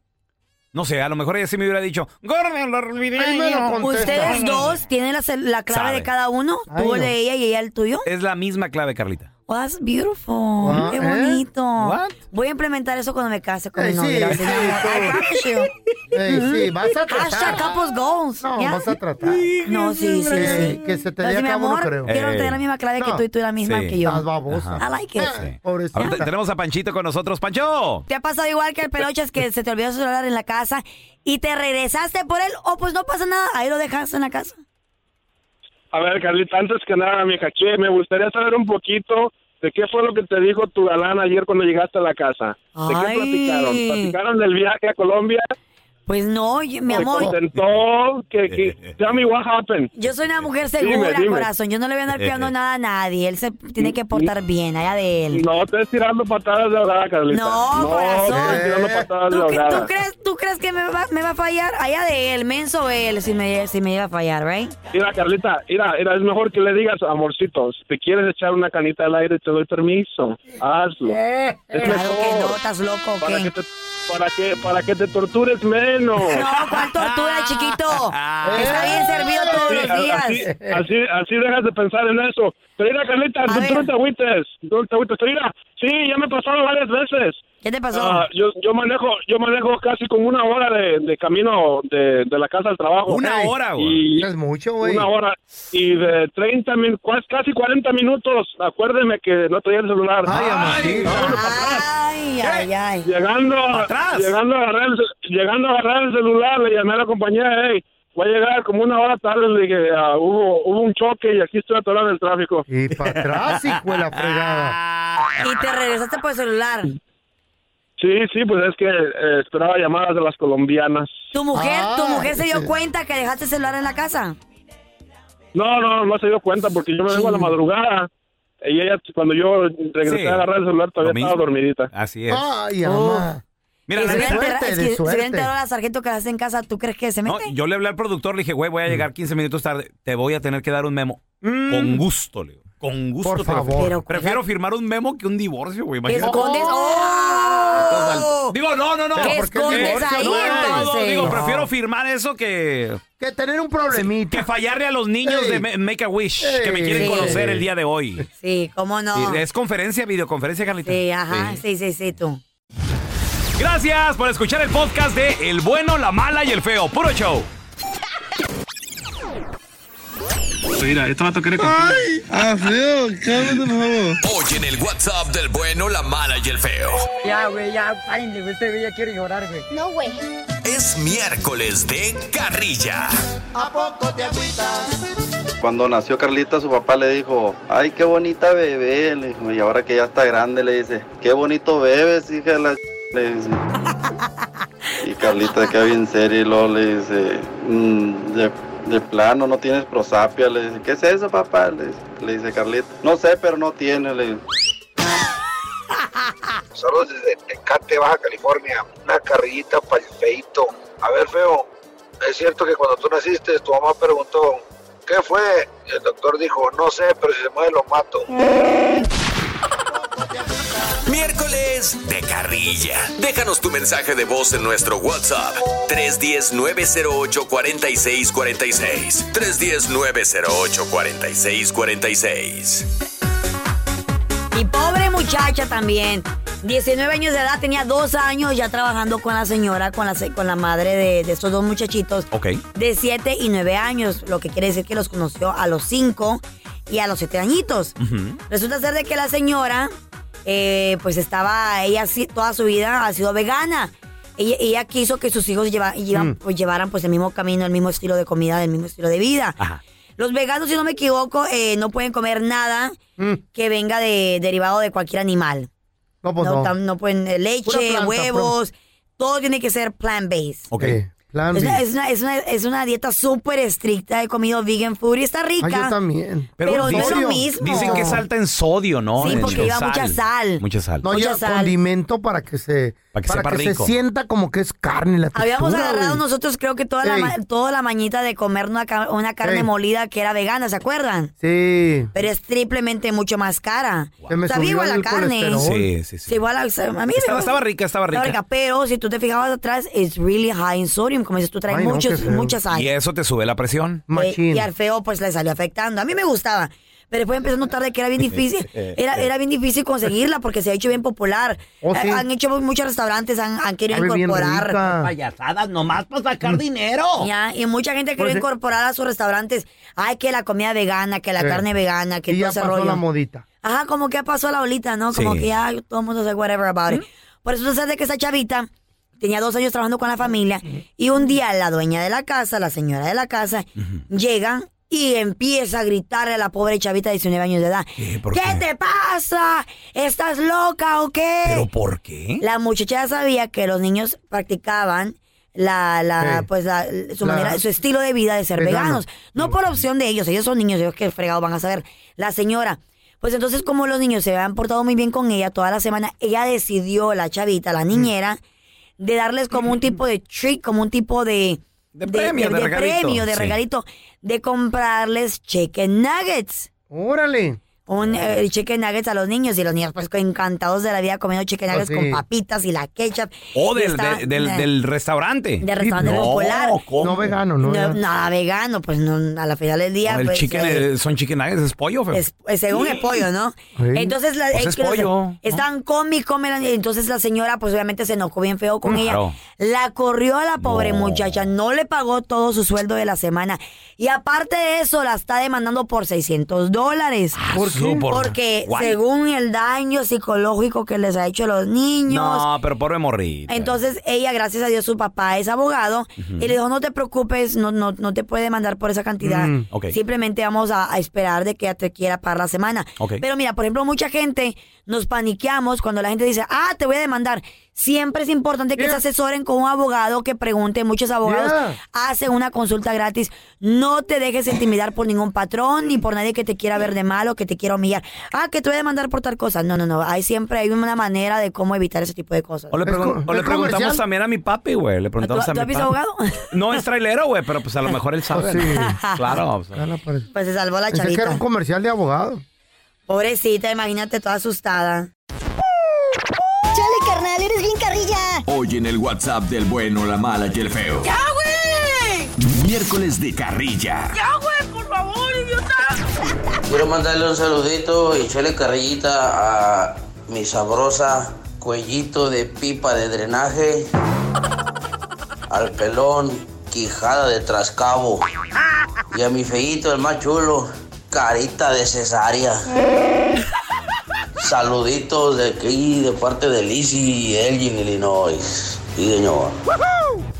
Speaker 2: No sé, a lo mejor ella sí me hubiera dicho, Gordo, lo olvidé.
Speaker 3: Ustedes dos tienen la, cel- la clave
Speaker 2: Sabe.
Speaker 3: de cada uno.
Speaker 2: Ay,
Speaker 3: Tú
Speaker 2: no.
Speaker 3: el de ella y ella el tuyo.
Speaker 2: Es la misma clave, Carlita.
Speaker 3: Oh, that's beautiful.
Speaker 2: Ah,
Speaker 3: Oh, Qué
Speaker 2: ¿eh?
Speaker 3: bonito.
Speaker 2: What?
Speaker 3: Voy a implementar eso cuando me case con
Speaker 4: Eh,
Speaker 3: mi novio.
Speaker 4: sí,
Speaker 3: así
Speaker 4: sí,
Speaker 3: que, I promise you.
Speaker 4: Ey, sí,
Speaker 3: Mm.
Speaker 4: vas a tratar.
Speaker 3: Hashtag couples goals.
Speaker 4: No,
Speaker 3: ¿ya?
Speaker 4: vas a tratar.
Speaker 3: No, sí, sí,
Speaker 4: Eh,
Speaker 3: sí.
Speaker 4: Que se te
Speaker 3: Así,
Speaker 4: dé a
Speaker 3: mi
Speaker 4: cabo, no
Speaker 3: amor,
Speaker 4: creo.
Speaker 3: Quiero
Speaker 2: Eh.
Speaker 3: tener la misma clave que
Speaker 4: No. Ah,
Speaker 3: tú y tú la misma
Speaker 2: Sí.
Speaker 3: que yo.
Speaker 2: Estás babosa.
Speaker 3: I like it.
Speaker 2: Ahora te- tenemos a Panchito con nosotros. ¡Pancho!
Speaker 3: ¿Te ha pasado igual que el pelochas que se te olvidó su celular en la casa y te regresaste por él? O pues no pasa nada, ahí lo dejaste en la casa.
Speaker 18: A ver, Carlita, antes que nada, mi caché, me gustaría saber un poquito de qué fue lo que te dijo tu galán ayer cuando llegaste a la casa. ¿De qué
Speaker 3: Ay.
Speaker 18: platicaron? ¿Platicaron del viaje a Colombia?
Speaker 3: Pues no, yo- mi
Speaker 18: ¿Te
Speaker 3: amor.
Speaker 18: contentó? ¿Qué- qué? Tell me what happened.
Speaker 3: Yo soy una mujer
Speaker 18: Dime,
Speaker 3: segura,
Speaker 18: dime.
Speaker 3: corazón. Yo no le voy a andar cuidando nada a nadie. Él se tiene que portar bien, allá de él.
Speaker 18: No estés tirando patadas de ahogada, Carlita.
Speaker 3: No, corazón.
Speaker 18: estés tirando patadas de ahogada.
Speaker 3: ¿Tú crees, tú crees que me va, me va a fallar? Allá de él, menso él, si me, si me iba a fallar, ¿right?
Speaker 18: Mira, Carlita, mira, mira, es mejor que le digas, amorcito, si te quieres echar una canita al aire, te doy permiso. Hazlo. Es
Speaker 3: Claro que
Speaker 18: mejor.
Speaker 3: no, estás loco,
Speaker 18: Para
Speaker 3: Eh, ¿qué?
Speaker 18: que te, para que, para que te tortures menos.
Speaker 3: No, ¿cuál tortura, chiquito? Está bien servido todos los
Speaker 18: Eh, Así-
Speaker 3: días.
Speaker 18: Así, así, así dejas de pensar en eso. Pero mira, Carlita, tú, tú no te agüites. Tú no te agüites. Pero mira, sí, ya me pasaron varias veces. Ah,
Speaker 3: ¿Qué te pasó?
Speaker 18: yo, yo manejo yo manejo casi como una hora de, de camino de, de la casa al trabajo.
Speaker 4: Una hora, güey.
Speaker 18: Y-
Speaker 4: Es mucho, güey.
Speaker 18: Una hora. Y de 30 min- cuas- casi 40 minutos. Acuérdeme que no traía el celular. Ay, vámonos pa' atrás.
Speaker 3: Ay, ay, ay.
Speaker 18: Llegando, a- llegando, a agarrar el, ce- llegando a agarrar el celular, le llamé a la compañía, hey, voy a llegar como una hora tarde, le dije, "Ah, hubo, hubo un choque y aquí estoy atorado en el tráfico.
Speaker 4: Y para atrás, hijo de la fregada.
Speaker 3: Y te regresaste por el celular.
Speaker 18: Sí, sí, pues es que eh, esperaba llamadas de las colombianas.
Speaker 3: ¿Tu mujer, tu
Speaker 18: Ah,
Speaker 3: mujer se dio
Speaker 18: sí.
Speaker 3: cuenta que dejaste el celular en la casa?
Speaker 18: No, no, no se dio cuenta porque yo me vengo a la madrugada y ella, cuando yo regresé
Speaker 2: Sí.
Speaker 18: a agarrar el celular,
Speaker 2: Lo
Speaker 18: todavía
Speaker 2: mismo.
Speaker 18: estaba dormidita.
Speaker 2: Así
Speaker 3: Ah,
Speaker 2: es.
Speaker 4: Ay,
Speaker 2: mamá. Mira,
Speaker 3: Que
Speaker 2: la
Speaker 3: se hubiera
Speaker 2: neta-
Speaker 3: enterra- es que si hubiera enterado la sargento que dejaste en casa, ¿tú crees que se mete?
Speaker 2: yo le hablé al productor, le dije, güey,
Speaker 4: Mm.
Speaker 2: voy a llegar 15 minutos tarde, te voy a tener que dar un memo. Con gusto, Leo. Con gusto.
Speaker 4: Por
Speaker 2: te lo-
Speaker 4: favor. Pero,
Speaker 2: Prefiero firmar un memo que un divorcio, güey.
Speaker 3: ¿Qué
Speaker 2: Imagínate.
Speaker 3: escondes?
Speaker 2: Oh.
Speaker 3: ¡Oh!
Speaker 2: Digo, no, no, no.
Speaker 3: ¿Qué
Speaker 2: ¿Por
Speaker 3: escondes
Speaker 2: divorcio?
Speaker 3: ahí,
Speaker 2: No, no, no,
Speaker 3: entonces?
Speaker 2: digo,
Speaker 3: No.
Speaker 2: prefiero firmar eso que...
Speaker 4: Que tener un problemita.
Speaker 2: Que fallarle a los niños de Ma- Make a Wish que me quieren
Speaker 3: Sí.
Speaker 2: conocer el día de hoy.
Speaker 3: Sí, ¿cómo no?
Speaker 2: Y Es conferencia, videoconferencia, Carlita.
Speaker 3: Sí, ajá, sí, sí, sí, tú.
Speaker 2: Gracias por escuchar el podcast de El Bueno, la Mala y el Feo. Puro show.
Speaker 18: Mira, este vato quiere
Speaker 1: ¡Ay! ¡Ah, feo! ¡Cálmate, por favor! Hoy en el WhatsApp del bueno, la mala y el feo.
Speaker 19: Ya, güey, ya, párenle, güey. Este güey ya quiere llorar, güey.
Speaker 10: No, güey.
Speaker 1: Es miércoles de carrilla.
Speaker 11: ¿A poco te agüitas?
Speaker 20: Cuando nació Carlita, su papá le dijo, ay, qué bonita bebé. Le dijo, y ahora que ya está grande, le dice, qué bonito bebes, hija de la... ch-", Le dice. Y Carlita queda bien seria y luego le dice, "Mm, de, de plano, no tienes prosapia. Le dice, ¿qué es eso, papá? Le, dice- le dice Carlita, no sé, pero no tiene. Le dice.
Speaker 21: Saludos desde Tecate, Baja California. Una carrillita para el feito. A ver, feo, es cierto que cuando tú naciste, tu mamá preguntó, ¿qué fue? Y el doctor dijo, no sé, pero si se mueve lo mato.
Speaker 1: Miércoles de carrilla. Déjanos tu mensaje de voz en nuestro WhatsApp 310-908-4646. 310-908-4646.
Speaker 3: Y pobre muchacha también. 19 años de edad, tenía dos años ya trabajando con la señora, con la, se- con la madre de, de estos dos muchachitos.
Speaker 2: Ok.
Speaker 3: De 7 y 9 años, lo que quiere decir que los conoció a los 5 y a los 7 añitos. Resulta ser de que la señora, eh, pues estaba, ella sí- toda su vida ha sido vegana. Ella, ella quiso que sus hijos lleva- llevan-
Speaker 11: Mm.
Speaker 3: pues, llevaran pues el mismo camino, el mismo estilo de comida, el mismo estilo de vida. Los veganos, si no me equivoco, eh, no pueden comer nada que venga de derivado de cualquier animal.
Speaker 4: Mm. No, pues no.
Speaker 3: tam- pueden eh, leche,
Speaker 4: Pura planta,
Speaker 3: huevos, todo tiene que ser plant-based.
Speaker 2: Ok.
Speaker 4: Eh, plan
Speaker 3: Es
Speaker 4: B.
Speaker 3: una, es una- es una- es una dieta súper estricta. He comido vegan food y está rica.
Speaker 4: Ay, Ah, yo también.
Speaker 3: Pero, no es lo mismo.
Speaker 2: Dicen que es alta en sodio, ¿no?
Speaker 3: Sí,
Speaker 2: En-
Speaker 3: porque
Speaker 2: en
Speaker 3: lleva
Speaker 2: sal.
Speaker 3: mucha sal.
Speaker 2: Mucha sal.
Speaker 4: No, ya condimento para que se
Speaker 2: Para que
Speaker 4: para
Speaker 2: sepa
Speaker 4: que se
Speaker 2: rico.
Speaker 4: sienta como que es carne la
Speaker 3: Habíamos
Speaker 4: textura,
Speaker 3: agarrado
Speaker 4: güey.
Speaker 3: nosotros, creo que toda la,
Speaker 4: Ey.
Speaker 3: ma- toda la mañita de comer una, ca- una carne
Speaker 4: Ey.
Speaker 3: molida que era vegana, ¿se acuerdan?
Speaker 4: Sí.
Speaker 3: Pero es triplemente mucho más cara.
Speaker 4: Se me
Speaker 3: O sea,
Speaker 4: subió
Speaker 3: igual
Speaker 4: el
Speaker 3: la carne.
Speaker 4: colesterol.
Speaker 2: Sí, sí, sí.
Speaker 3: Sí, igual a, a mí me
Speaker 2: Estaba-
Speaker 3: gusta.
Speaker 2: estaba rica, estaba rica.
Speaker 3: Pero si tú te fijabas atrás, es really high in sodium. Como dices, tú traes
Speaker 2: Ay, no,
Speaker 3: muchos,
Speaker 2: qué feo.
Speaker 3: mucha sal.
Speaker 2: Y eso te sube la presión.
Speaker 3: Eh, y al feo pues le salió afectando. A mí me gustaba. Pero después empecé a notar de que era
Speaker 6: Eh,
Speaker 3: bien difícil, era, era bien difícil conseguirla porque se ha hecho bien popular.
Speaker 6: Oh, sí.
Speaker 3: Eh, Han hecho muchos restaurantes, han, han querido
Speaker 6: Sabe bien rica.
Speaker 3: incorporar.
Speaker 6: Payasadas, nomás para Pues, sacar dinero.
Speaker 3: Ya, y mucha gente
Speaker 6: Pues,
Speaker 3: quiere
Speaker 6: eh.
Speaker 3: incorporar a sus restaurantes. Ay, que la comida vegana, que la
Speaker 4: Sí.
Speaker 3: carne vegana, que
Speaker 4: Y
Speaker 3: todo
Speaker 4: ya
Speaker 3: ese
Speaker 4: pasó
Speaker 3: rollo.
Speaker 4: la modita.
Speaker 3: Ajá, como que ya pasó la olita, ¿no? Como
Speaker 4: Sí.
Speaker 3: que ya todo el mundo sabe whatever about it. Por eso sucede que esa chavita tenía dos años trabajando con la familia y un día la dueña de la casa, la señora de la casa, llega y empieza a gritarle a la pobre chavita de 19 años de edad.
Speaker 11: ¿Por
Speaker 3: ¿Qué te pasa? ¿Estás loca o qué? ¿Pero
Speaker 2: por qué?
Speaker 3: La muchacha ya sabía que los niños practicaban la, la,
Speaker 11: Sí.
Speaker 3: pues la- su
Speaker 11: La-
Speaker 3: manera, su estilo de vida de ser
Speaker 11: Vegano.
Speaker 3: veganos. No por opción de ellos, ellos son niños, ellos que fregados van a saber. La señora, pues entonces como los niños se han portado muy bien con ella toda la semana, ella decidió, la chavita, la niñera, de darles como un tipo de trick, como un tipo de... De,
Speaker 2: premio, de regalito.
Speaker 3: premio, de
Speaker 2: Sí.
Speaker 3: regalito, de comprarles chicken nuggets.
Speaker 4: Órale.
Speaker 3: Un eh, chicken nuggets a los niños y los niños pues encantados de la vida comiendo chicken
Speaker 2: Ah,
Speaker 3: nuggets
Speaker 2: sí.
Speaker 3: con papitas y la ketchup.
Speaker 2: O
Speaker 3: Y
Speaker 2: del,
Speaker 3: está-
Speaker 2: de- del, del restaurante.
Speaker 3: Del restaurante popular.
Speaker 2: No
Speaker 4: vegano,
Speaker 3: No, nada vegano, pues no, a la final del día.
Speaker 2: el
Speaker 3: pues,
Speaker 2: chicken,
Speaker 3: eh,
Speaker 2: eh, son chicken nuggets, es pollo, feo.
Speaker 3: es- eh, según el pollo, ¿no?
Speaker 2: Sí.
Speaker 3: Entonces, la,
Speaker 2: Pues
Speaker 3: eh,
Speaker 2: es
Speaker 3: que los-
Speaker 2: pollo,
Speaker 3: estaban come y come, la- Entonces, la señora, pues obviamente se enojó bien feo con
Speaker 2: Mm, Claro.
Speaker 3: ella. La corrió a la pobre muchacha, no le pagó todo su sueldo de la semana. Y aparte de eso, la está demandando por 600 dólares.
Speaker 2: ¿Por qué? Ah, por-
Speaker 3: Porque
Speaker 2: Guay.
Speaker 3: según el daño psicológico que les ha hecho a los niños.
Speaker 2: No, pero pobre morrita.
Speaker 3: Entonces ella, gracias a Dios, su papá es abogado
Speaker 2: Ujú.
Speaker 3: y le dijo, no te preocupes, no, no, no te puede mandar por esa cantidad.
Speaker 2: Mm, ok.
Speaker 3: Simplemente vamos a, a esperar de que ella te quiera pagar la semana.
Speaker 2: Ok.
Speaker 3: Pero mira, por ejemplo, mucha gente nos paniqueamos cuando la gente dice, ah, te voy a demandar. Siempre es importante que se asesoren con un abogado que pregunte. Muchos abogados
Speaker 11: Yeah.
Speaker 3: hacen una consulta gratis. No te dejes intimidar por ningún patrón ni por nadie que te quiera ver de malo, que te quiera humillar. Ah, que te voy a demandar por tal cosa. No, no, no. Hay siempre hay una manera de cómo evitar ese tipo de cosas.
Speaker 2: O le, pregun- o le preguntamos
Speaker 3: a
Speaker 2: también a mi papi, güey. Le preguntamos
Speaker 3: ¿Tú-
Speaker 2: a
Speaker 3: tú
Speaker 2: mi
Speaker 3: has visto
Speaker 2: papi.
Speaker 3: abogado?
Speaker 2: No es trailero, güey, pero pues a lo mejor él sabe.
Speaker 4: sí.
Speaker 2: ¿no? Claro. pues,
Speaker 3: Pues se salvó la
Speaker 4: Pensé que era
Speaker 3: chavita.
Speaker 4: un comercial de abogado.
Speaker 3: Pobrecita, imagínate toda asustada.
Speaker 10: Chale, carnal, eres bien carrilla.
Speaker 1: Hoy en el WhatsApp del bueno, la mala y el feo.
Speaker 11: ¡Ya, güey!
Speaker 1: Miércoles de carrilla.
Speaker 11: ¡Ya, güey! ¡Por favor, idiota!
Speaker 22: Quiero mandarle un saludito y echarle carrillita a mi sabrosa cuellito de pipa de drenaje, al pelón Quijada de Trascabo. Y a mi feíto, el más chulo, Carita de Cesárea. Saluditos de aquí, de parte de Lizzy y Elgin, Illinois. Y señor.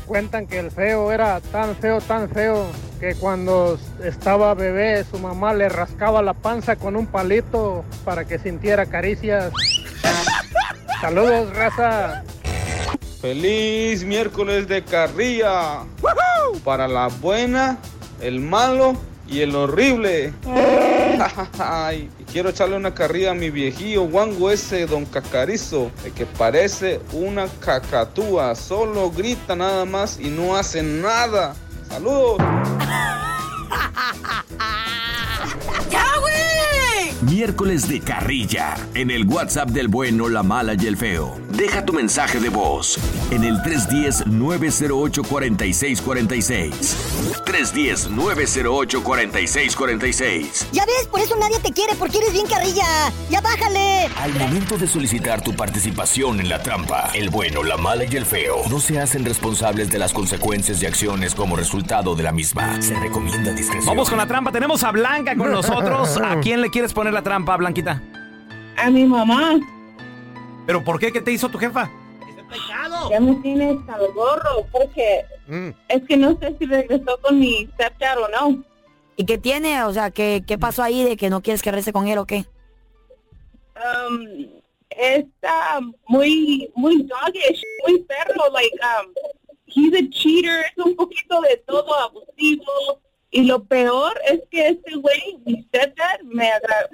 Speaker 5: Cuentan que el feo era tan feo, tan feo, que cuando estaba bebé su mamá le rascaba la panza con un palito para que sintiera caricias. Saludos, raza.
Speaker 7: Feliz miércoles de carrilla. Para la buena, el malo y el horrible. Ay, y quiero echarle una carrilla a mi viejillo guango ese don Cacarizo, el que parece una cacatúa, solo grita nada más y no hace nada. Saludos.
Speaker 11: ¡Ya, güey!
Speaker 1: Miércoles de carrilla. En el WhatsApp del bueno, la mala y el feo. Deja tu mensaje de voz en el 310-908-4646. 310-908-4646.
Speaker 10: Ya ves, por eso nadie te quiere, porque eres bien carrilla. Ya bájale.
Speaker 1: Al momento de solicitar tu participación en la trampa, el bueno, la mala y el feo no se hacen responsables de las consecuencias y acciones como resultado de la misma. Se recomienda discreción.
Speaker 2: Vamos con la trampa. Tenemos a Blanca con nosotros. ¿A quién le quieres poner la trampa, Blanquita?
Speaker 23: A mi mamá.
Speaker 2: ¿Pero por qué? ¿Qué te hizo tu jefa?
Speaker 23: Ya me tiene hasta los gorros porque
Speaker 4: Mm.
Speaker 23: es que no sé si regresó con mi stepdad o no.
Speaker 3: ¿Y qué tiene? O sea, ¿qué, qué pasó ahí de que no quieres que rece con él o qué?
Speaker 23: Um, está muy, muy doggish, muy perro, like, um, he's a cheater, es un poquito de todo, abusivo. Y lo peor es que este güey, mi stepdad, me, agra-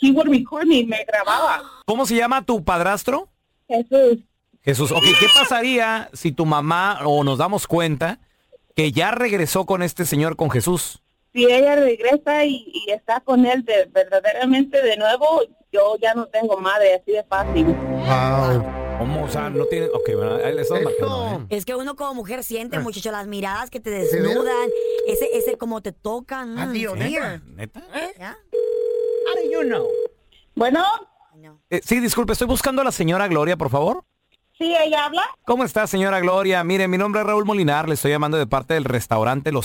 Speaker 23: he would record me, me grababa.
Speaker 2: ¿Cómo se llama tu padrastro?
Speaker 23: Jesús.
Speaker 2: Jesús, ok, ¿qué pasaría si tu mamá o nos damos cuenta que ya regresó con este señor, con Jesús?
Speaker 23: si ella regresa y, y está con él de, verdaderamente de nuevo, yo ya no tengo madre, así de fácil.
Speaker 2: ¿Cómo? O sea, no tiene... Ok, bueno, ahí le estamos marcando, ¿eh?
Speaker 3: Es que uno como mujer siente, muchacho, las miradas que te desnudan, ese, ese como te tocan. mm, dear.
Speaker 2: Ah, ¿Neta?
Speaker 3: ¿Ya?
Speaker 23: Bueno,
Speaker 2: Eh, sí, disculpe, estoy buscando a la señora Gloria, por favor.
Speaker 23: sí, ella habla.
Speaker 2: ¿Cómo está, señora Gloria? Mire, mi nombre es Raúl Molinar, le estoy llamando de parte del restaurante Los...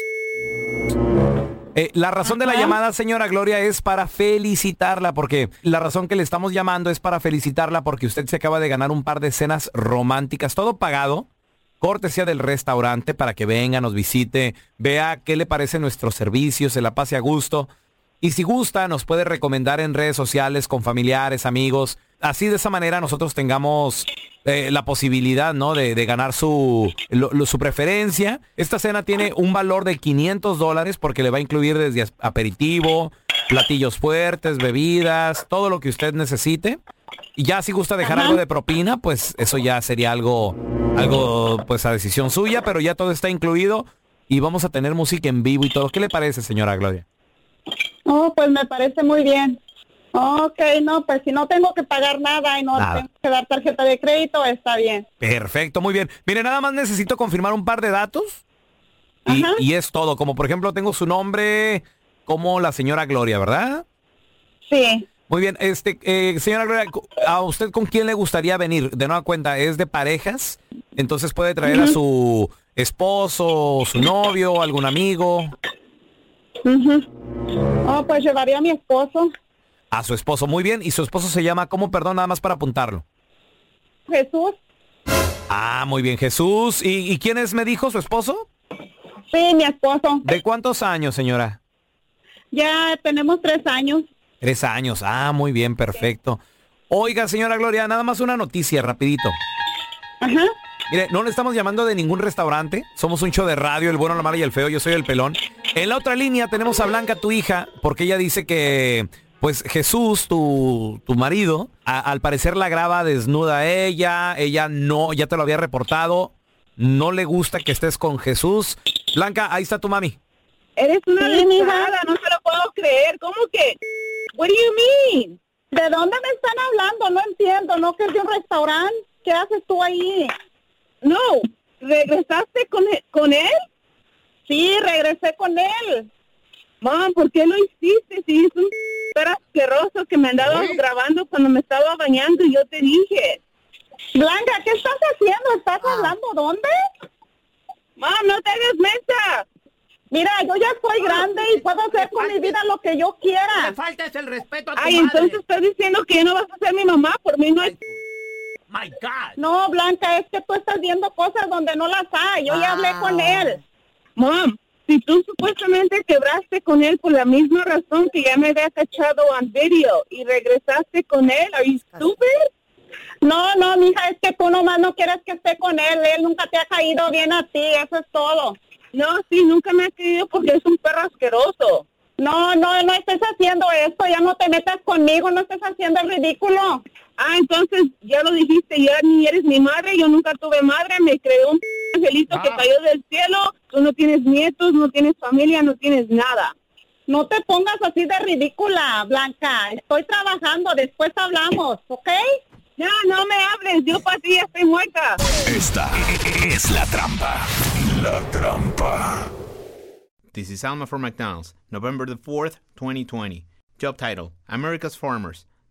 Speaker 2: Eh, la razón de la llamada, señora Gloria, es para felicitarla, porque la razón que le estamos llamando es para felicitarla porque usted se acaba de ganar un par de cenas románticas, todo pagado, cortesía del restaurante para que venga, nos visite, vea qué le parece nuestro servicio, se la pase a gusto. Y si gusta, nos puede recomendar en redes sociales, con familiares, amigos. Así de esa manera nosotros tengamos eh, la posibilidad, ¿no? De, de ganar su, lo- lo- su preferencia. Esta cena tiene un valor de 500 dólares porque le va a incluir desde as- aperitivo, platillos fuertes, bebidas, todo lo que usted necesite. Y ya si gusta dejar algo de propina, pues eso ya sería algo, algo pues a decisión suya, pero ya todo está incluido y vamos a tener música en vivo y todo. ¿Qué le parece, señora Gloria?
Speaker 23: Oh, pues me parece muy bien. Ok, no, pues si no tengo que pagar nada y no
Speaker 2: Nada.
Speaker 23: tengo que dar tarjeta de crédito, está bien.
Speaker 2: Perfecto, muy bien. Mire, nada más necesito confirmar un par de datos. Y, y es todo. Como por ejemplo, tengo su nombre como la señora Gloria, ¿verdad?
Speaker 23: Sí.
Speaker 2: Muy bien, este, eh, señora Gloria, cu- ¿a usted con quién le gustaría venir? De nueva cuenta, es de parejas, entonces puede traer a su esposo, su novio, algún amigo,
Speaker 23: Ujú. Oh, pues llevaría a mi esposo,
Speaker 2: a su esposo. Muy bien, y su esposo se llama, ¿cómo? Perdón, nada más para apuntarlo.
Speaker 23: Jesús.
Speaker 2: Ah, muy bien, Jesús. ¿Y, y quién es, me dijo, su esposo?
Speaker 23: Sí, mi esposo.
Speaker 2: ¿De cuántos años, señora?
Speaker 23: Ya tenemos tres años.
Speaker 2: Tres años. Ah, muy bien, perfecto. Oiga, señora Gloria, nada más una noticia, rapidito.
Speaker 23: Ajá.
Speaker 2: Mire, no le estamos llamando de ningún restaurante. Somos un show de radio, el bueno, la mala y el feo. Yo soy el pelón. En la otra línea tenemos a Blanca, tu hija, porque ella dice que, pues, Jesús, tu, tu marido, a- al parecer la graba desnuda a ella. Ella no, ya te lo había reportado. No le gusta que estés con Jesús. Blanca, ahí está tu mami.
Speaker 23: Eres una descarada, no se lo puedo creer. ¿Cómo que? What do you mean? ¿De dónde me están hablando? No entiendo. ¿No que es de un restaurante? ¿Qué haces tú ahí? No. ¿Regresaste con, e- con él? Sí, regresé con él. Mam, ¿por qué lo hiciste? Si es un era asqueroso que me andaba grabando cuando me estaba bañando y yo te dije. Blanca, ¿qué estás haciendo? ¿Estás hablando dónde? Mam, Ah. no te hagas mesa. Mira, yo ya soy grande y puedo hacer con mi vida lo que yo quiera.
Speaker 11: Le faltas el respeto a tu
Speaker 23: Ay,
Speaker 11: madre.
Speaker 23: entonces estás diciendo que ya no vas a ser mi mamá, por mí no es...
Speaker 11: My God.
Speaker 23: No, Blanca, es que tú estás viendo cosas donde no las hay. Yo ya
Speaker 11: Ah.
Speaker 23: hablé con él. Mom, si tú supuestamente quebraste con él por la misma razón que ya me había cachado en video y regresaste con él, ¿are you stupid? No, no, mija, es que tú nomás no quieres que esté con él. Él nunca te ha caído bien a ti, eso es todo. No, sí, nunca me ha caído porque es un perro asqueroso. No, no, no estés haciendo esto, ya no te metas conmigo, no estés haciendo el ridículo. Ah, entonces ya lo dijiste, ya ni eres mi madre, yo nunca tuve madre, me creó un angelito que cayó del cielo, tú no tienes nietos, no tienes familia, no tienes nada. No te pongas así de ridícula, Blanca, estoy trabajando, después hablamos, ¿ok? Ya, no me hables, yo para ti ya estoy muerta.
Speaker 1: Esta es la trampa. La trampa.
Speaker 15: This is Alma for McDonald's, November the 4th, 2020. Job title America's Farmers,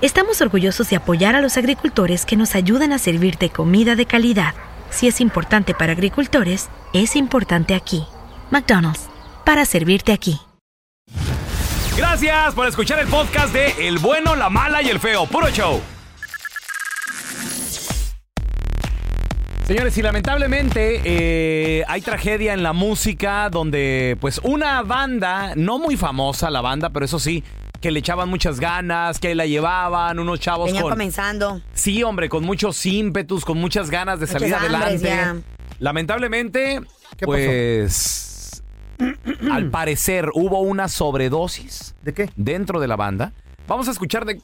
Speaker 16: estamos orgullosos de apoyar a los agricultores que nos ayudan a servirte comida de calidad. Si es importante para agricultores, es importante aquí. McDonald's, para servirte aquí.
Speaker 2: Gracias por escuchar el podcast de El bueno, la mala y el feo. Puro show. Señores, y lamentablemente eh, hay tragedia en la música donde pues una banda, no muy famosa la banda, pero eso sí, que le echaban muchas ganas, que ahí la llevaban, unos chavos
Speaker 3: Venía
Speaker 2: con...
Speaker 3: comenzando.
Speaker 2: Sí, hombre, con muchos ímpetus, con muchas ganas de
Speaker 3: Muchas
Speaker 2: salir
Speaker 3: hambres,
Speaker 2: adelante.
Speaker 3: ya.
Speaker 2: Lamentablemente, pues al parecer hubo una sobredosis. ¿De qué? Dentro de la banda. Vamos a escuchar de-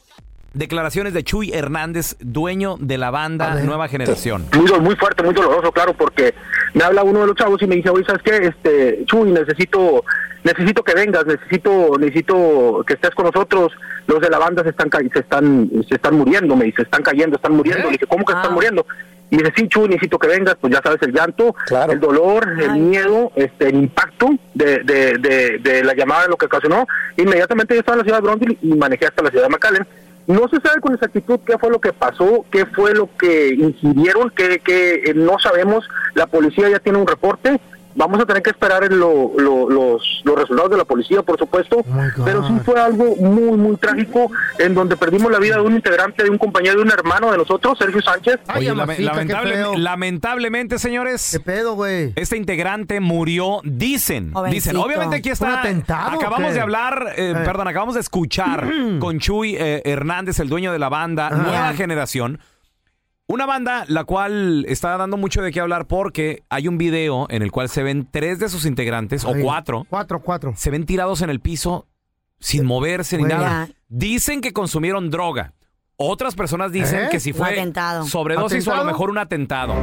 Speaker 2: declaraciones de Chuy Hernández, dueño de la banda Nueva Generación.
Speaker 8: Muy, do- muy fuerte, muy doloroso, claro, porque me habla uno de los chavos y me dice, oye, ¿sabes qué? Este, Chuy, necesito, necesito que vengas, necesito, necesito que estés con nosotros. Los de la banda se están, ca- se están, se están muriendo, me dice, están cayendo, están muriendo. Le dije, ¿cómo que están muriendo? Y dice, sí, Chuy, necesito que vengas, pues ya sabes, el llanto, el dolor, el miedo, este, el impacto de, de, de, de la llamada, de lo que ocasionó. Inmediatamente yo estaba en la ciudad de Brownsville y manejé hasta la ciudad de McAllen. No se sabe con exactitud qué fue lo que pasó, qué fue lo que ingirieron, que, no sabemos. La policía ya tiene un reporte. Vamos a tener que esperar en lo- lo- los, los resultados de la policía, por supuesto.
Speaker 2: Oh
Speaker 8: Pero sí fue algo muy, muy trágico, en donde perdimos la vida de un integrante, de un compañero, de un hermano de nosotros, Sergio Sánchez.
Speaker 2: Oye, lame- lamentable- lamentablemente, señores. Este integrante murió, dicen. Dicen,
Speaker 4: Jovencito.
Speaker 2: obviamente aquí
Speaker 4: ¿Fue
Speaker 2: está.
Speaker 4: un atentado o
Speaker 2: acabamos
Speaker 4: qué?
Speaker 2: de hablar, eh,
Speaker 4: Eh.
Speaker 2: perdón, acabamos de escuchar con Chuy eh, Hernández, el dueño de la banda, Nueva Generación. Una banda la cual está dando mucho de qué hablar porque hay un video en el cual se ven tres de sus integrantes, o cuatro.
Speaker 4: Cuatro, cuatro. Eh,
Speaker 2: Se ven tirados en el piso sin moverse ni
Speaker 4: Güey.
Speaker 2: nada.
Speaker 4: Ya.
Speaker 2: Dicen que consumieron droga. Otras personas dicen
Speaker 4: ¿Eh?
Speaker 2: que si
Speaker 4: Un
Speaker 2: fue
Speaker 4: atentado.
Speaker 2: sobredosis o a lo
Speaker 4: ¿Atentado?
Speaker 2: mejor un atentado.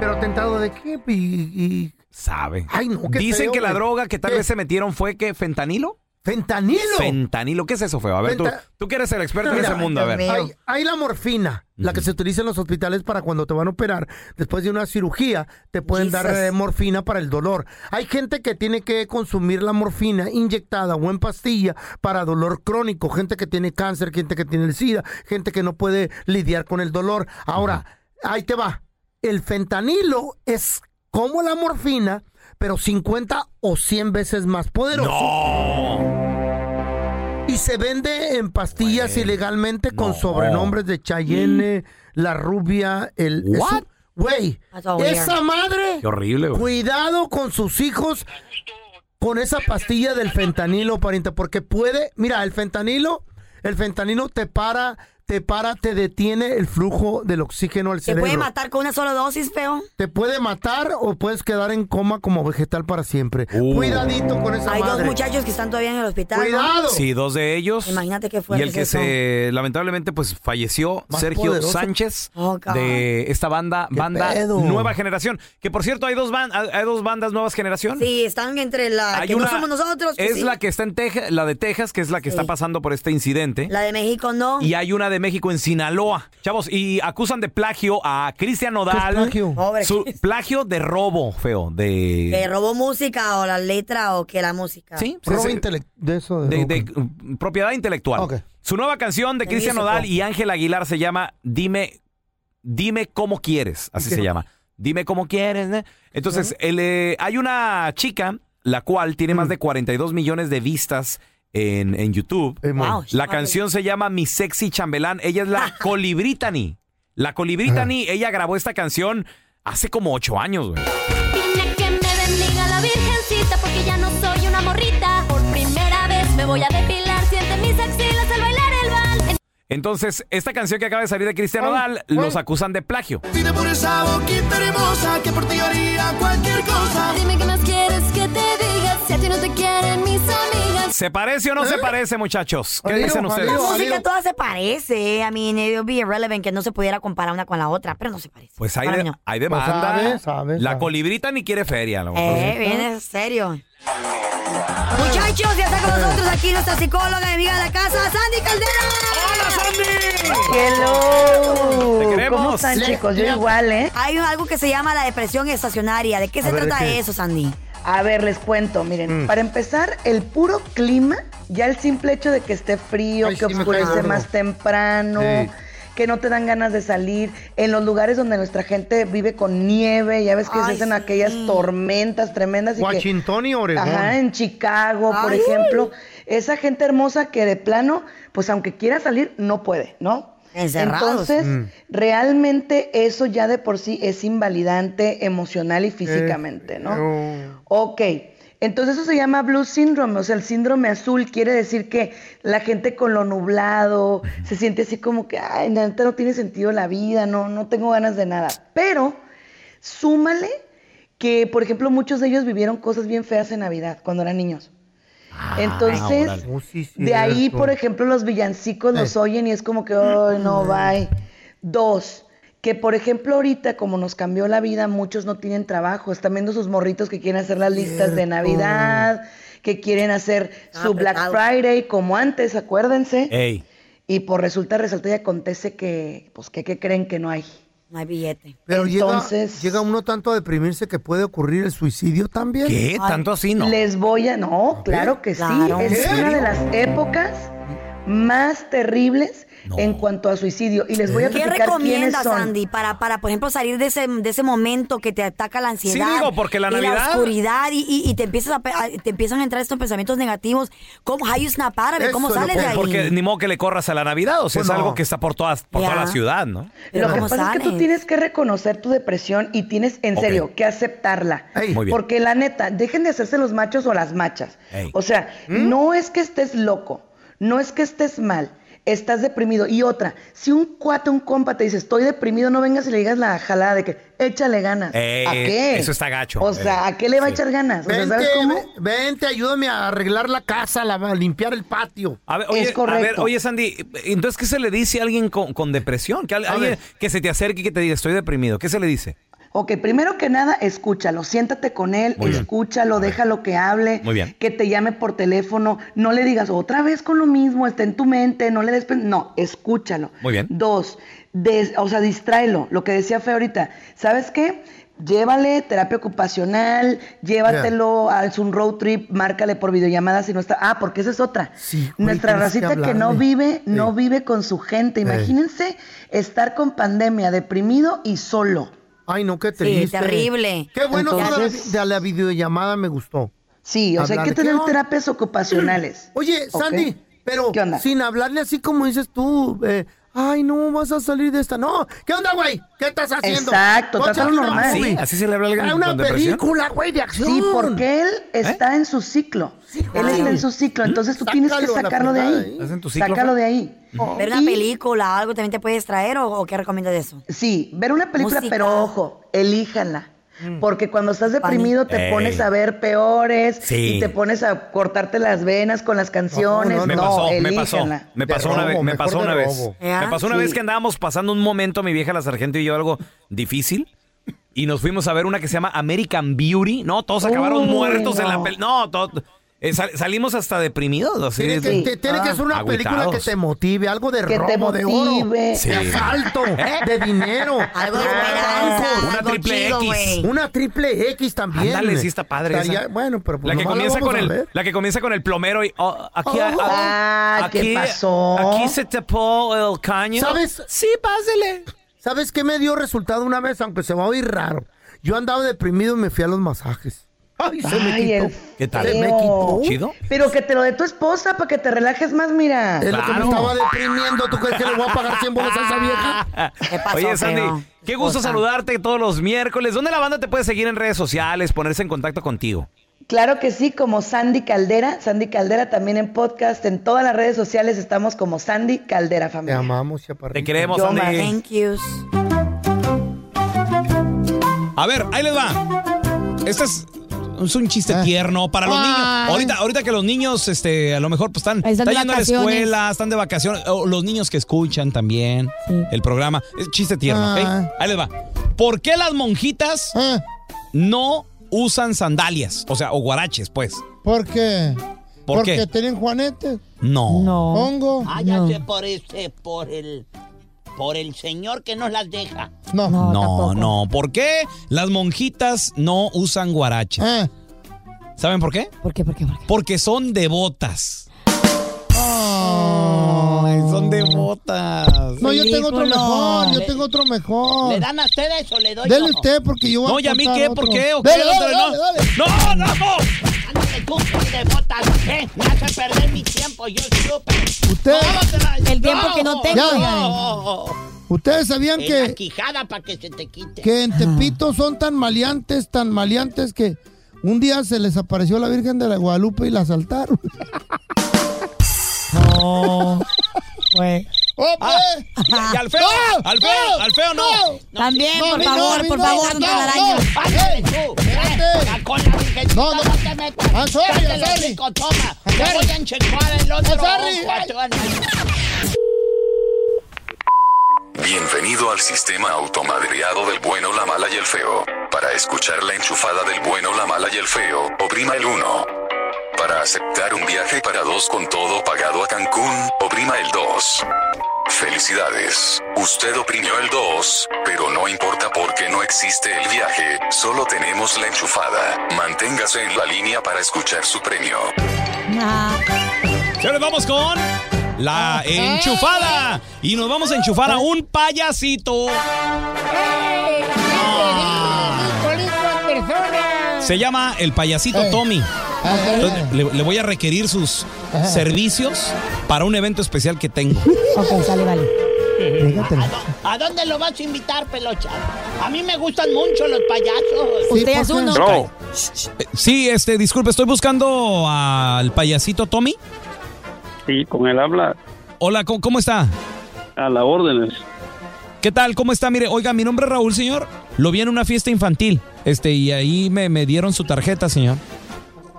Speaker 4: Pero tentado de qué? Y, y-
Speaker 2: Sabe.
Speaker 4: Ay, no,
Speaker 3: Oh,
Speaker 4: qué
Speaker 2: Dicen
Speaker 4: feo,
Speaker 2: que la
Speaker 4: güey.
Speaker 2: droga que tal
Speaker 4: ¿Qué?
Speaker 2: vez se metieron fue que fentanilo.
Speaker 4: ¿Fentanilo?
Speaker 2: Fentanilo, ¿qué es eso, feo? A ver, tú,
Speaker 4: Fenta-
Speaker 2: tú que eres el experto
Speaker 4: Mira,
Speaker 2: en ese mundo, a ver.
Speaker 4: Hay, hay la morfina, la que se utiliza en los hospitales para cuando te van a operar. Después de una cirugía, te pueden dar
Speaker 8: Jesus.
Speaker 4: eh, morfina para el dolor. Hay gente que tiene que consumir la morfina inyectada o en pastilla para dolor crónico. Gente que tiene cáncer, gente que tiene el SIDA, gente que no puede lidiar con el dolor. Ahora, ahí te va. El fentanilo es como la morfina, pero 50 o 100 veces más poderoso. Y se vende en pastillas ilegalmente con sobrenombres de Chayenne, La Rubia, el... es
Speaker 2: What?
Speaker 4: un- Güey,
Speaker 2: all weird.
Speaker 4: esa madre...
Speaker 2: Qué horrible, güey.
Speaker 4: Cuidado con sus hijos con esa pastilla del fentanilo, pariente, porque puede... Mira, el fentanilo, el fentanilo te para... te para, te detiene el flujo del oxígeno al
Speaker 3: ¿Te
Speaker 4: cerebro.
Speaker 3: puede matar con una sola dosis, feo?
Speaker 4: Te puede matar o puedes quedar en coma como vegetal para siempre. Uh.
Speaker 2: Uh.
Speaker 4: Cuidadito con esa
Speaker 3: Hay dos
Speaker 4: madre.
Speaker 3: muchachos que están todavía en el hospital. ¿no?
Speaker 2: Sí, dos de ellos.
Speaker 3: Imagínate qué
Speaker 2: Y
Speaker 3: fuerte
Speaker 2: el que
Speaker 3: es eso.
Speaker 2: se lamentablemente pues falleció
Speaker 3: Más
Speaker 2: Sergio
Speaker 3: poderoso.
Speaker 2: Sánchez
Speaker 3: Oh, God.
Speaker 2: de esta banda banda
Speaker 3: pedo?
Speaker 2: Nueva Generación, que por cierto hay dos ban- hay hay dos bandas Nuevas Generación.
Speaker 3: Sí, están entre la
Speaker 2: Hay
Speaker 3: que
Speaker 2: una-
Speaker 3: no somos nosotros. que
Speaker 2: es
Speaker 3: sí.
Speaker 2: la que está en Texas, la de Texas, que es la que está pasando por este incidente.
Speaker 3: La de México no.
Speaker 2: Y hay una de México en Sinaloa. Chavos, y acusan de plagio a Cristian Nodal.
Speaker 3: plagio? Pobre
Speaker 2: Su- plagio de robo, feo, de
Speaker 3: Que robó música o la letra o que la música.
Speaker 2: Sí,
Speaker 4: Robo
Speaker 2: se-
Speaker 4: intele- de eso.
Speaker 2: de, de, mm, propiedad intelectual. Su nueva canción de
Speaker 4: En
Speaker 2: Cristian
Speaker 4: México.
Speaker 2: Nodal y Ángel Aguilar se llama Dime, dime cómo quieres, así
Speaker 4: Ok.
Speaker 2: se llama. Dime cómo quieres. ¿eh? Entonces, el, eh, hay una chica la cual tiene
Speaker 4: Mm.
Speaker 2: más de 42 millones de vistas en, en YouTube.
Speaker 4: Wow,
Speaker 2: la canción se llama Mi Sexy Chambelán. Ella es la Colibritani. La Colibritani, ella grabó esta canción hace como ocho años, güey.
Speaker 9: Dile que me bendiga la virgencita porque ya no soy una morrita. Por primera vez me voy a depilar, siente mis axilas al bailar el vals.
Speaker 2: Entonces, esta canción que acaba de salir de Cristian Nodal, los acusan de plagio.
Speaker 9: Dime por esa boquita hermosa que por ti haría cualquier cosa. Dime qué más quieres que te diga si a ti no te quieren mis amigas.
Speaker 2: ¿Se parece o no se parece, muchachos? ¿Qué
Speaker 4: Adiós,
Speaker 2: dicen ustedes?
Speaker 3: La música toda se parece. A mí, it would be irrelevant que no se pudiera comparar una con la otra, pero no se parece.
Speaker 2: Pues hay,
Speaker 3: Para
Speaker 2: de-
Speaker 3: mí no.
Speaker 2: hay demanda.
Speaker 4: Pues sabe, sabe,
Speaker 2: la
Speaker 4: sabe.
Speaker 2: colibrita ni quiere feria, a lo mejor.
Speaker 3: Eh, viene serio. Muchachos, ya está con nosotros aquí nuestra psicóloga y amiga de la casa, Sandy Caldera. ¡Hola, Sandy!
Speaker 12: Hello. Te queremos. ¿Cómo están,
Speaker 3: Le-
Speaker 12: chicos? Yo
Speaker 3: le-
Speaker 12: igual, ¿eh?
Speaker 3: Hay algo que se llama la depresión estacionaria. ¿De qué
Speaker 12: A
Speaker 3: se
Speaker 12: ver,
Speaker 3: trata
Speaker 12: ¿qué?
Speaker 3: eso, Sandy?
Speaker 12: A ver, les cuento, miren,
Speaker 3: Mm.
Speaker 12: para empezar, el puro clima, ya el simple hecho de que esté frío,
Speaker 3: Ay,
Speaker 12: que
Speaker 3: sí, me cae
Speaker 12: oscurece
Speaker 3: gordo.
Speaker 12: más temprano,
Speaker 3: Sí.
Speaker 12: que no te dan ganas de salir, en los lugares donde nuestra gente vive con nieve, ya ves que se
Speaker 4: Ay,
Speaker 12: hacen aquellas tormentas tremendas. y que-
Speaker 4: Washington y Oregón.
Speaker 12: Ajá, en Chicago, por
Speaker 4: Ay.
Speaker 12: ejemplo, esa gente hermosa que de plano, pues aunque quiera salir, no puede, ¿no?
Speaker 3: Encerrados.
Speaker 12: Entonces,
Speaker 3: Mm.
Speaker 12: realmente eso ya de por sí es invalidante emocional y físicamente, ¿no? Ok, entonces eso se llama blue syndrome, o sea, el síndrome azul quiere decir que la gente con lo nublado se siente así como que, ay, la neta no tiene sentido la vida, no, no tengo ganas de nada. Pero súmale que, por ejemplo, muchos de ellos vivieron cosas bien feas en Navidad cuando eran niños.
Speaker 4: Ah,
Speaker 12: Entonces,
Speaker 2: Ah,
Speaker 4: Oh, sí, sí,
Speaker 12: de ahí,
Speaker 4: cierto.
Speaker 12: por ejemplo, los villancicos los
Speaker 4: Eh.
Speaker 12: oyen y es como que, ay, no, bye. Dos, que por ejemplo ahorita, como nos cambió la vida, muchos no tienen trabajo. Están viendo sus morritos que quieren hacer las listas de
Speaker 9: Cierto.
Speaker 12: Navidad, que quieren hacer
Speaker 3: Ah,
Speaker 9: Están
Speaker 12: su Black
Speaker 9: apretados.
Speaker 12: Friday como antes, acuérdense.
Speaker 3: Eh.
Speaker 2: Ey.
Speaker 12: Y por resulta, resalta y acontece que, pues, que, ¿qué creen que no hay?
Speaker 3: No hay billete.
Speaker 12: Pero
Speaker 4: Entonces... llega, uno tanto a deprimirse que puede ocurrir el suicidio también.
Speaker 12: ¿Qué? Ay. ¿Tanto
Speaker 2: ¿Eh? así
Speaker 12: Les voy a. No, claro que sí.
Speaker 4: Claro.
Speaker 12: Es
Speaker 4: ¿En
Speaker 12: una
Speaker 4: serio?
Speaker 12: de las épocas más terribles en cuanto a suicidio. Y les voy a
Speaker 3: ¿Qué
Speaker 12: platicar quiénes
Speaker 3: recomiendas,
Speaker 12: son.
Speaker 3: Sandy, para, para, por ejemplo, salir de ese, de ese momento que te ataca la ansiedad?
Speaker 12: digo, porque la
Speaker 3: y
Speaker 12: Navidad-
Speaker 3: la oscuridad y, y- y te, empiezas a pe- a- te empiezan a entrar estos pensamientos negativos. ¿Cómo, how you snap out of it? ¿Cómo sales de ahí?
Speaker 2: Porque ni modo que le corras a la Navidad, o sea,
Speaker 12: Pues
Speaker 2: es
Speaker 12: no.
Speaker 2: algo que está por, todas, por toda
Speaker 12: Ya.
Speaker 2: la ciudad, ¿no?
Speaker 12: Lo que pasa es que tú tienes que reconocer tu depresión y tienes, en
Speaker 2: Ok.
Speaker 12: serio, que aceptarla.
Speaker 2: Muy bien.
Speaker 12: Porque la neta, dejen de hacerse los machos o las machas. O sea,
Speaker 2: ¿Mm?
Speaker 12: no es que estés loco, no es que estés mal, estás deprimido. Y otra, si un cuate, un compa te dice, estoy deprimido, no vengas y le digas la jalada de que échale ganas.
Speaker 2: Eh,
Speaker 12: ¿A qué?
Speaker 2: eso está gacho.
Speaker 12: O sea,
Speaker 2: Eh,
Speaker 12: ¿a qué le va
Speaker 2: sí.
Speaker 12: a echar ganas? O sea,
Speaker 4: Vente,
Speaker 12: ¿sabes cómo?
Speaker 4: ve- vente, ayúdame a arreglar la casa, la- a limpiar el patio.
Speaker 2: A ver, oye, a ver, oye, Sandy, entonces, ¿qué se le dice a alguien con, con depresión? Que al- alguien que se te acerque y que te diga, estoy deprimido, ¿qué se le dice?
Speaker 12: Ok, primero que nada, escúchalo, siéntate con él,
Speaker 2: Muy bien.
Speaker 12: escúchalo, déjalo que hable,
Speaker 2: Muy bien.
Speaker 12: que te llame por teléfono, no le digas otra vez con lo mismo, está en tu mente, no le des... pen-". No, escúchalo.
Speaker 9: Muy bien.
Speaker 12: Dos, des- o sea, distráelo, lo que decía Fe ahorita, ¿sabes qué? Llévale terapia ocupacional, llévatelo a es un road trip, márcale por videollamada si no está... Ah, porque esa es otra.
Speaker 9: güey,
Speaker 12: Nuestra
Speaker 9: tienes que
Speaker 12: racita que, no
Speaker 9: hablarle.
Speaker 12: vive, no vive con su gente. Imagínense estar con pandemia, deprimido y solo.
Speaker 4: Ay, no, qué triste. Qué bueno eso de la-
Speaker 12: Entonces,
Speaker 4: de la, videollamada me gustó.
Speaker 12: Sí, o sea, hay que tener terapias ocupacionales.
Speaker 4: Oye, Sandy, pero sin hablarle así como dices tú, eh, Ay, no, vas a salir de esta. No, ¿qué onda, güey? ¿Qué estás haciendo?
Speaker 12: Exacto,
Speaker 4: Ponte
Speaker 12: estás hablando
Speaker 4: una
Speaker 12: normal.
Speaker 4: movie.
Speaker 12: Así- así se le habla a alguien
Speaker 4: Trae una
Speaker 12: con depresión.
Speaker 4: película, güey, de acción. ¿Eh?
Speaker 12: Sí, porque él está en su ciclo. él
Speaker 3: güey.
Speaker 12: está en su ciclo, entonces tú tienes que
Speaker 3: Sácalo a la
Speaker 12: sacarlo de
Speaker 3: fregada,
Speaker 12: ahí.
Speaker 3: ¿eh? ¿Estás en tu ciclo,
Speaker 12: Sácalo
Speaker 3: Fer?
Speaker 12: de ahí.
Speaker 3: Ver una
Speaker 12: Y-
Speaker 3: película, algo también te puede distraer o, o qué recomiendas de eso.
Speaker 12: Sí, ver una película,
Speaker 3: Música.
Speaker 12: pero ojo, elíjanla. Porque cuando estás deprimido te
Speaker 3: Ey.
Speaker 12: pones a ver peores
Speaker 2: Sí.
Speaker 12: y te pones a cortarte las venas con las canciones. No,
Speaker 2: me pasó, me pasó,
Speaker 12: elíjanla.
Speaker 2: me pasó una vez, me pasó una vez,
Speaker 4: ¿Eh?
Speaker 2: me pasó una vez que andábamos pasando un momento mi vieja la sargento y yo algo difícil y nos fuimos a ver una que se llama American Beauty, no, todos acabaron
Speaker 4: Uy,
Speaker 2: muertos en la
Speaker 4: no.
Speaker 2: peli, no, to- eh, sal- salimos hasta deprimidos, así,
Speaker 4: Tiene que,
Speaker 2: de-
Speaker 4: te- tiene que ser una película que
Speaker 2: agüitados.
Speaker 4: te motive, algo de
Speaker 2: Que te
Speaker 4: robo, de oro,
Speaker 2: motive. Sí. ¿Eh?
Speaker 4: de asalto, de dinero.
Speaker 3: Algo de
Speaker 4: robo,
Speaker 3: esperanza,
Speaker 4: banco.
Speaker 2: Una algo triple chido, X. güey.
Speaker 4: Una triple X también.
Speaker 2: Ándale, sí está padre esa.
Speaker 4: Estaría- Bueno, pero pues
Speaker 2: la que
Speaker 4: nomás
Speaker 2: comienza
Speaker 4: vamos
Speaker 2: con
Speaker 4: a ver.
Speaker 2: el la que comienza con el plomero y oh, aquí
Speaker 4: Oh.
Speaker 2: ah,
Speaker 4: Ah, ¿qué
Speaker 12: pasó?
Speaker 2: Aquí se tapó el caño.
Speaker 4: ¿Sabes?
Speaker 2: Sí, pásele.
Speaker 4: ¿Sabes qué me dio resultado una vez? Aunque se va a oír raro. Yo andaba deprimido y me fui a los masajes. Ay, se me
Speaker 12: Ay,
Speaker 4: quitó.
Speaker 12: el
Speaker 2: ¿Qué tal?
Speaker 4: Se me
Speaker 12: feo.
Speaker 4: quitó.
Speaker 12: Pero que te lo dé tu esposa para que te relajes más, mira. Ah.
Speaker 4: Es lo que me estaba deprimiendo. ¿Tú crees que le voy a pagar 100 bolas a esa vieja? pasó,
Speaker 2: ah. Oye, Sandy,
Speaker 4: feo?
Speaker 2: qué gusto
Speaker 4: Esposa.
Speaker 2: saludarte todos los miércoles. ¿Dónde la banda te puede seguir en redes sociales, ponerse en contacto contigo?
Speaker 12: Claro que sí, como Sandy Caldera. Sandy Caldera también en podcast, en todas las redes sociales estamos como Sandy Caldera
Speaker 4: Te
Speaker 12: familia.
Speaker 4: amamos, chaparrita.
Speaker 2: Te queremos, Sandy.
Speaker 3: yous.
Speaker 2: A ver, ahí les va. Este es, es un chiste tierno para los
Speaker 24: Ay.
Speaker 2: niños. Ahorita, ahorita que los niños, este, a lo mejor pues, están,
Speaker 24: están de
Speaker 2: están yendo a la
Speaker 24: vacaciones.
Speaker 2: escuela, están de vacaciones. o los niños que escuchan también el programa. Es chiste tierno,
Speaker 24: Ah.
Speaker 2: ¿ok? Ahí les va. ¿Por qué las monjitas no usan sandalias? O sea, o guaraches, pues.
Speaker 25: ¿Por qué?
Speaker 2: ¿Por
Speaker 25: Porque
Speaker 2: qué?
Speaker 25: tienen juanetes.
Speaker 2: No.
Speaker 25: No. Hongo.
Speaker 6: Váyase por ese, por el, por el señor que nos las deja.
Speaker 25: No.
Speaker 2: No, no. ¿Por qué las monjitas no usan guaraches?
Speaker 25: Ah.
Speaker 2: ¿Saben por qué?
Speaker 24: ¿Por qué, por qué, por qué?
Speaker 2: Porque son devotas. Ay, son devotas.
Speaker 25: Oh. No, yo tengo otro
Speaker 2: Ridículo.
Speaker 25: mejor, yo tengo otro mejor.
Speaker 6: ¿Le dan a usted eso o le doy
Speaker 25: Dele
Speaker 6: yo?
Speaker 25: usted porque yo voy a
Speaker 2: No, ¿y a mí
Speaker 25: contar
Speaker 2: qué?
Speaker 25: otro.
Speaker 2: ¿Por qué? ¿O qué?
Speaker 25: Dele,
Speaker 2: Ándale,
Speaker 25: dale,
Speaker 2: no.
Speaker 25: dale, dale.
Speaker 2: ¡No, no!
Speaker 6: Ándale tú, por de botas, ¿eh? Me hace perder mi tiempo, yo supe.
Speaker 25: Usted-
Speaker 6: El
Speaker 25: tiempo que no tengo, ya. Ustedes sabían
Speaker 6: La
Speaker 25: que,
Speaker 6: quijada para que se te quite.
Speaker 25: que en Tepito son tan maleantes, tan maleantes que un día se les apareció la Virgen de la Guadalupe y la asaltaron.
Speaker 24: No. Güey.
Speaker 25: ¡Oh,
Speaker 2: pues! Y, y al feo, al feo, al feo no.
Speaker 24: También,
Speaker 2: No,
Speaker 24: por
Speaker 2: no,
Speaker 24: favor,
Speaker 2: no,
Speaker 24: por
Speaker 2: no,
Speaker 24: favor,
Speaker 2: no,
Speaker 24: no,
Speaker 2: no.
Speaker 24: araña.
Speaker 6: Pásale tú, ¿eh? Con la virgencita no, no. te metas.
Speaker 25: Ah, sorry,
Speaker 6: Cállale,
Speaker 25: sorry. Ah,
Speaker 6: rico, toma. Te voy a enchecuar el otro.
Speaker 25: sorry.
Speaker 6: ojo, a tu alma.
Speaker 26: Bienvenido al sistema automadreado del bueno, la mala y el feo. Para escuchar la enchufada del bueno, la mala y el feo, oprima el 1. Para aceptar un viaje para dos con todo pagado a Cancún, oprima el 2. Felicidades, usted oprimió el 2, pero no importa porque no existe el viaje, solo tenemos la enchufada. Manténgase en la línea para escuchar su premio.
Speaker 24: Ah.
Speaker 2: Y ahora vamos con la enchufada. Y nos vamos a enchufar a un payasito. Se llama el payasito
Speaker 25: Eh.
Speaker 2: Tommy. Entonces, le, le voy a requerir sus servicios para un evento especial que tengo.
Speaker 24: Ok, sale, vale.
Speaker 6: ¿A dónde lo vas a invitar, pelocha? A mí me gustan mucho los payasos.
Speaker 2: No. Eh, Sí, este, disculpe, estoy buscando al payasito Tommy.
Speaker 27: Sí, con él habla.
Speaker 2: Hola, ¿cómo, cómo está?
Speaker 27: A la órdenes.
Speaker 2: ¿Qué tal? ¿Cómo está? Mire, oiga, mi nombre es Raúl, señor. Lo vi en una fiesta infantil. Este, y ahí me, me dieron su tarjeta, señor.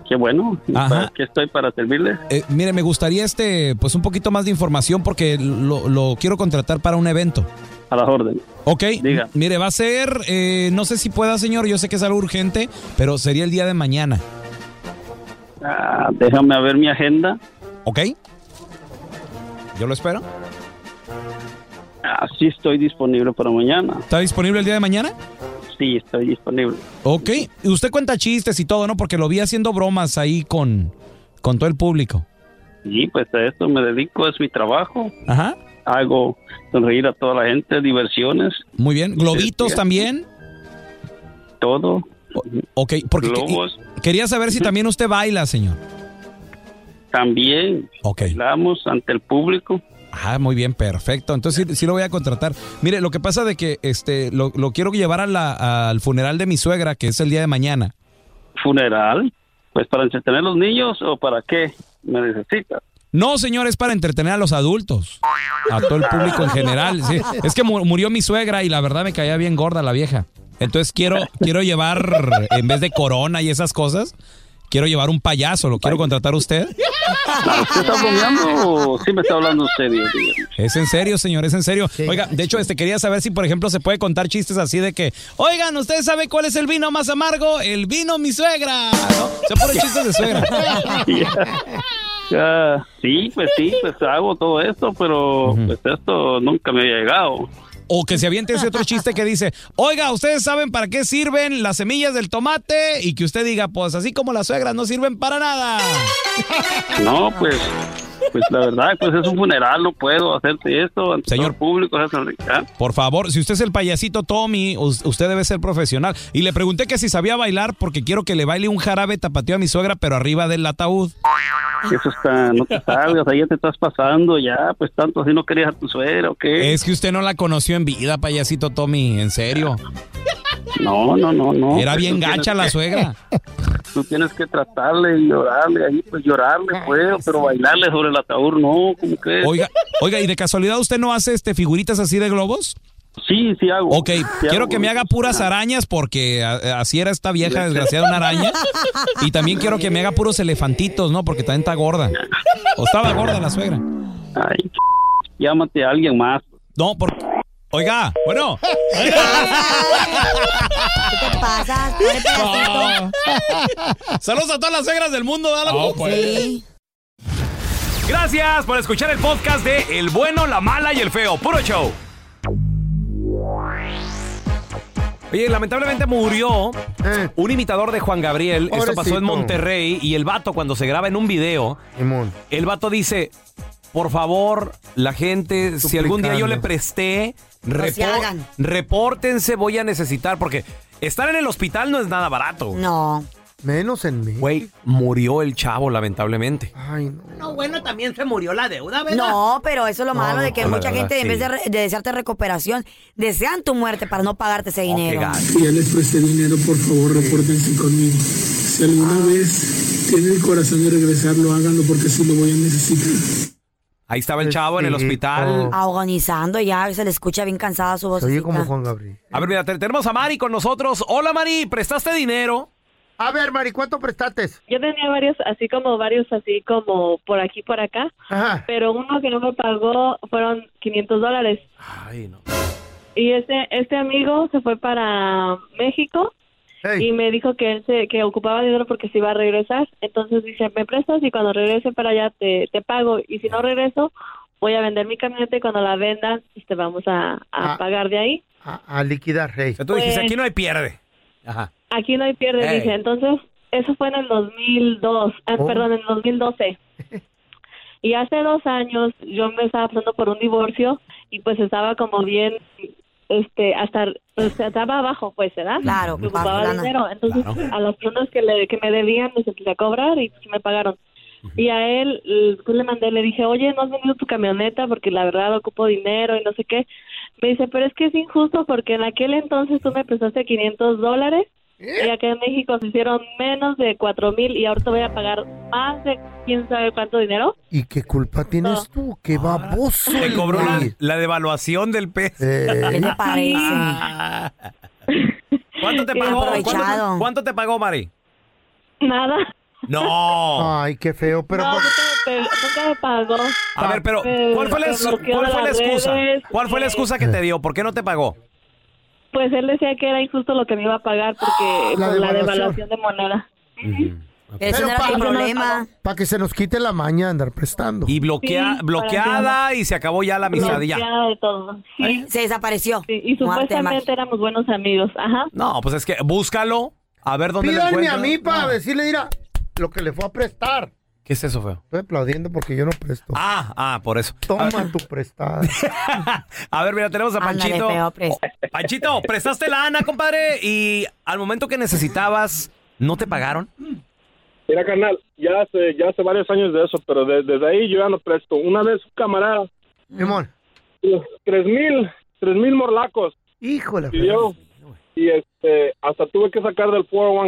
Speaker 27: Qué bueno.
Speaker 2: Ajá.
Speaker 27: ¿Qué estoy para servirle?
Speaker 2: Eh, mire, me gustaría este, pues un poquito más de información porque lo, lo quiero contratar para un evento.
Speaker 27: A las órdenes.
Speaker 2: Ok. Diga. Mire, va a ser, eh, no sé si pueda, señor, yo sé que es algo urgente, pero sería el día de mañana.
Speaker 27: Ah, déjame ver mi agenda.
Speaker 2: ¿Ok? Yo lo espero.
Speaker 27: Ah, sí, estoy disponible para mañana.
Speaker 2: ¿Está disponible el día de mañana?
Speaker 27: Sí, estoy disponible.
Speaker 2: Ok. Y usted cuenta chistes y todo, ¿no? Porque lo vi haciendo bromas ahí con, con todo el público.
Speaker 27: Sí, pues a esto me dedico, es mi trabajo.
Speaker 2: Ajá.
Speaker 27: Hago sonreír a toda la gente, diversiones,
Speaker 2: Muy bien. ¿Globitos
Speaker 27: Sí.
Speaker 2: también?
Speaker 27: todo.
Speaker 2: Ok, porque que-
Speaker 27: Globos.
Speaker 2: quería saber si también usted baila, señor.
Speaker 27: También
Speaker 2: okay.
Speaker 27: hablamos ante el público.
Speaker 2: Ah, muy bien, perfecto. Entonces sí, sí lo voy a contratar. Mire, lo que pasa de que este lo, lo quiero llevar a la- al funeral de mi suegra, que es el día de mañana.
Speaker 27: ¿Funeral? Pues para entretener a los niños o para qué me necesitas.
Speaker 2: No, señor, es para entretener a los adultos, a todo el público en general. sí. Es que mu- murió mi suegra y la verdad me caía bien gorda la vieja. Entonces quiero, quiero llevar, en vez de corona y esas cosas, quiero llevar un payaso. ¿Lo quiero contratar a usted?
Speaker 27: Ah, ¿Usted está bromeando o sí me está hablando en serio? dígame?
Speaker 2: Es en serio, señor, es en serio. Oiga, de hecho, este quería saber si, por ejemplo, se puede contar chistes así de que, oigan, ¿ustedes saben cuál es el vino más amargo? El vino mi suegra. ¿no? Se pone chistes de suegra.
Speaker 27: Ah, sí, pues sí, pues hago todo esto, pero pues esto nunca me había llegado.
Speaker 2: O que se aviente ese otro chiste que dice, oiga, ¿ustedes saben para qué sirven las semillas del tomate? Y que usted diga, pues así como las suegras no sirven para nada. Ah.
Speaker 27: No, pues, pues la verdad, pues es un funeral, no puedo hacerte esto ante Señor público. o sea, ¿ah?
Speaker 2: Por favor, si usted es el payasito Tommy, us- usted debe ser profesional. Y le pregunté que si sabía bailar porque quiero que le baile un jarabe tapateo a mi suegra, pero arriba del ataúd.
Speaker 27: Eso está, no te salgas, ahí ya te estás pasando, ya, pues tanto así no querías a tu suegra o qué.
Speaker 2: Es que usted no la conoció en vida, payasito Tommy, en serio.
Speaker 27: No, no, no, no.
Speaker 2: Era
Speaker 27: Pues
Speaker 2: bien
Speaker 27: tú
Speaker 2: gacha
Speaker 27: tienes
Speaker 2: la
Speaker 27: que-
Speaker 2: suegra.
Speaker 27: Tú tienes que tratarle y llorarle, ahí pues llorarle, pues, pero bailarle sobre el ataúd, no, como que.
Speaker 2: Oiga, oiga, ¿y de casualidad usted no hace este figuritas así de globos?
Speaker 27: Sí, sí hago.
Speaker 2: Ok, quiero
Speaker 27: hago.
Speaker 2: que me haga puras arañas porque a- así era esta vieja desgraciada, una araña. Y también quiero que me haga puros elefantitos, ¿no? Porque también está gorda. O estaba gorda la suegra.
Speaker 27: Ay, llámate a alguien más.
Speaker 2: No, por... Oiga, bueno.
Speaker 3: ¿Qué te pasas? Padre pedacito.
Speaker 2: Saludos a todas las suegras del mundo, ¿verdad? Gracias por escuchar el podcast de El Bueno, la Mala y el Feo. Puro show. Oye, lamentablemente murió un imitador de Juan Gabriel. Esto pasó en
Speaker 4: Pobrecito.
Speaker 2: Monterrey. Y el vato, cuando se graba en un video, el vato dice: Por favor, la gente, si algún día yo le presté,
Speaker 3: No se
Speaker 2: repor-
Speaker 3: hagan.
Speaker 2: repórtense, voy a necesitar. Porque estar en el hospital no es nada barato.
Speaker 3: No.
Speaker 2: Menos en mí. Güey, murió el chavo, lamentablemente.
Speaker 11: No, bueno, también se murió la deuda, ¿verdad?
Speaker 3: No, pero eso es lo
Speaker 2: No,
Speaker 3: malo de
Speaker 2: no,
Speaker 3: que
Speaker 2: la
Speaker 3: mucha
Speaker 2: verdad,
Speaker 3: gente, en vez
Speaker 2: sí.
Speaker 3: de, re- de desearte recuperación, desean tu muerte para no pagarte ese dinero.
Speaker 18: Ya les presté dinero, por favor, repórtense conmigo. Si alguna vez tienen el corazón de regresarlo, háganlo porque sí lo voy a necesitar.
Speaker 2: Ahí estaba el chavo en el
Speaker 4: Este,
Speaker 2: hospital.
Speaker 4: oh,
Speaker 3: Agonizando ya, se le escucha bien cansada su voz.
Speaker 2: Gabriel. A ver, mira, te- tenemos a Mari con nosotros. Hola, Mari, ¿prestaste dinero?
Speaker 4: A ver, Mari, ¿cuánto prestaste?
Speaker 19: Yo tenía varios, así como varios, así como por aquí, por acá. Pero uno que no me pagó fueron 500 dólares.
Speaker 2: Ay, no.
Speaker 19: Y este, este amigo se fue para México y me dijo que él se, que ocupaba dinero porque se iba a regresar. Entonces dice, me prestas y cuando regrese para allá te, te pago. Y si no regreso, voy a vender mi camioneta y cuando la vendan, pues te vamos a, a
Speaker 4: Ah.
Speaker 19: pagar de ahí.
Speaker 4: A liquidar, rey.
Speaker 19: tú dijiste, Pues- "Aquí no
Speaker 2: hay pierde. Ajá.
Speaker 19: Aquí no hay pierde,
Speaker 4: Ey.
Speaker 19: dice. Entonces, eso fue en el 2002, ah,
Speaker 4: Oh.
Speaker 19: perdón, en el 2012. Y hace dos años yo me estaba pasando por un divorcio y pues estaba como bien, este, hasta, o sea, estaba abajo, pues, ¿verdad?
Speaker 3: Claro,
Speaker 19: Me
Speaker 3: bajo
Speaker 19: ocupaba
Speaker 3: lana.
Speaker 19: dinero. Entonces, a las personas que, le, que me debían, les empecé a cobrar y pues, me pagaron. Y a él, l- pues, le mandé, le dije, oye, no has vendido tu camioneta porque la verdad ocupo dinero y no sé qué. Me dice, pero es que es injusto porque en aquel entonces tú me prestaste 500 dólares y
Speaker 2: ¿Eh?
Speaker 19: acá en México se hicieron menos de 4 mil y ahora te voy a pagar más de quién sabe cuánto dinero.
Speaker 4: ¿Y qué culpa tienes tú? ¡Qué baboso!
Speaker 2: Te
Speaker 4: el
Speaker 2: cobró
Speaker 4: güey!
Speaker 2: la, la devaluación del peso.
Speaker 4: ¿Qué te
Speaker 3: parece?
Speaker 2: Ah. ¿Cuánto te
Speaker 19: Bien
Speaker 2: pagó?
Speaker 19: aprovechado.
Speaker 2: ¿Cuánto, cuánto te pagó, Mari?
Speaker 19: Nada.
Speaker 2: No.
Speaker 4: Ay, qué feo, pero...
Speaker 19: No, nunca, me, pe- nunca me pagó.
Speaker 2: A ver, pero ¿cuál fue la,
Speaker 19: Me
Speaker 2: ex-
Speaker 19: bloqueó
Speaker 2: cuál
Speaker 19: de
Speaker 2: fue la
Speaker 19: las
Speaker 2: excusa?
Speaker 19: redes,
Speaker 2: ¿Cuál fue la
Speaker 19: eh,
Speaker 2: excusa que te dio? ¿Por qué no te pagó?
Speaker 19: Pues él decía que era injusto lo que me iba a pagar porque
Speaker 4: Ah, La
Speaker 19: por la devaluación
Speaker 4: devaluación.
Speaker 19: de moneda.
Speaker 3: Ese no era tu problema.
Speaker 4: Para que se nos quite la maña de andar prestando.
Speaker 2: Y bloquea,
Speaker 19: para
Speaker 2: bloqueada y se acabó ya la amistad y ya.
Speaker 19: Bloqueada de todo. Sí.
Speaker 3: Se desapareció.
Speaker 19: y
Speaker 3: Muerte,
Speaker 19: supuestamente éramos buenos amigos. Ajá.
Speaker 2: No, pues es que búscalo, a ver dónde lo
Speaker 4: Pídanme
Speaker 2: encuentras.
Speaker 4: a mí para decirle, mira, lo que le fue a prestar.
Speaker 2: ¿Qué es eso, feo?
Speaker 4: Estoy aplaudiendo porque yo no presto.
Speaker 2: Ah, ah, por eso.
Speaker 4: Toma tu prestada.
Speaker 2: A ver, mira, tenemos a
Speaker 4: Ándale,
Speaker 2: Panchito.
Speaker 4: feo,
Speaker 2: Oh, Panchito, prestaste la Ana, compadre, y al momento que necesitabas, ¿no te pagaron?
Speaker 20: Mira, carnal, ya hace, ya hace varios años de eso, pero de- desde ahí yo ya no presto. Una vez un camarada
Speaker 3: Mm.
Speaker 4: Simón.
Speaker 6: Tres mil, tres mil morlacos.
Speaker 4: Híjole. pues.
Speaker 6: Pidió, y este, hasta tuve que sacar del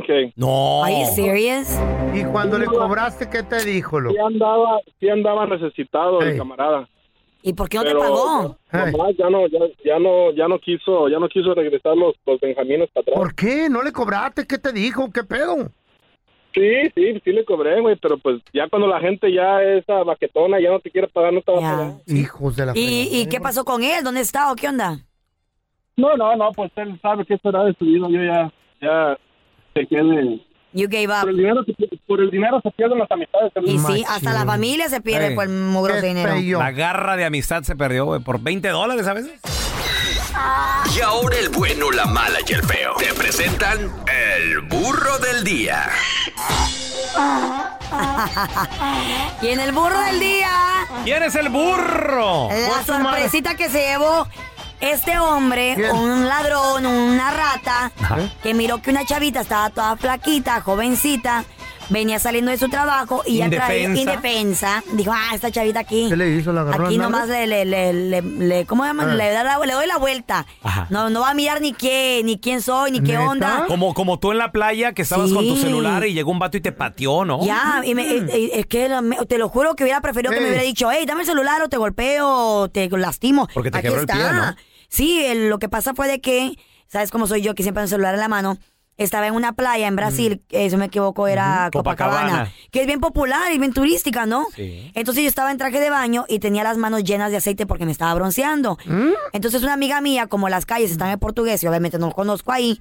Speaker 6: 401k.
Speaker 2: No.
Speaker 3: ¿Are you serious?
Speaker 4: ¿Y cuando le cobraste, qué te dijo,
Speaker 6: Sí
Speaker 4: loco?
Speaker 6: andaba, sí andaba necesitado el camarada.
Speaker 3: ¿Y por qué no
Speaker 6: Pero,
Speaker 3: te pagó?
Speaker 6: pues, nomás ya no, ya, ya no, ya no quiso, ya no quiso regresar los, los benjamines para atrás.
Speaker 4: ¿Por qué? ¿No le cobraste? ¿Qué te dijo? ¿Qué pedo?
Speaker 6: Sí, sí, sí le cobré, güey, pero pues ya cuando la gente ya esa baquetona ya no te quiere pagar, no te va a pagar.
Speaker 4: Hijos de la
Speaker 3: ¿Y, y qué pasó con él? ¿Dónde está o qué onda?
Speaker 6: No, no, no, pues él sabe que será de su vida, yo ya, ya se quede.
Speaker 3: You gave up.
Speaker 6: Por el dinero, se- por el dinero se pierden las amistades.
Speaker 3: Y sí, hasta la familia se pierde
Speaker 2: Ey.
Speaker 3: por el mugroso dinero.
Speaker 2: La garra de amistad se perdió, güey, por 20 dólares a veces.
Speaker 1: Y ahora el bueno, la mala y el feo. Te presentan el burro del día.
Speaker 3: y en el burro del día.
Speaker 2: ¿Quién es el burro?
Speaker 3: La sorpresita que se llevó este hombre, un ladrón, una rata, que miró que una chavita estaba toda flaquita, jovencita, venía saliendo de su trabajo y ya traía
Speaker 4: Indefensa.
Speaker 3: indefensa. Dijo, ah, esta chavita aquí.
Speaker 4: ¿Qué le hizo? ¿La agarró
Speaker 3: Aquí
Speaker 4: las
Speaker 3: nomás le, le, le, le- le- ¿cómo
Speaker 4: Ah.
Speaker 3: llaman? Le, da la- le doy la vuelta.
Speaker 2: Ajá.
Speaker 3: No, no va a mirar ni qué, ni quién soy, ni qué onda.
Speaker 2: Como, como tú en la playa que estabas
Speaker 3: Sí.
Speaker 2: con tu celular y llegó un vato y te pateó, ¿no? Mm.
Speaker 3: Ya, y me- eh, y- y- es que la- me- te lo juro que hubiera preferido que me
Speaker 2: Ey.
Speaker 3: hubiera dicho, hey, dame el celular o te golpeo o te lastimo.
Speaker 2: Porque te quebró el pie, ¿no?
Speaker 3: Sí, el- lo que pasa fue de que, ¿sabes cómo soy yo que siempre tengo el celular en la mano? Estaba en una playa en Brasil, eh, si no me equivoco, era
Speaker 2: Ujú,
Speaker 3: Copacabana,
Speaker 2: Copacabana.
Speaker 3: que es bien popular y bien turística, ¿no?
Speaker 2: Sí.
Speaker 3: Entonces yo estaba en traje de baño y tenía las manos llenas de aceite porque me estaba bronceando.
Speaker 2: ¿Mm?
Speaker 3: Entonces una amiga mía, como las calles están en portugués y obviamente no conozco ahí,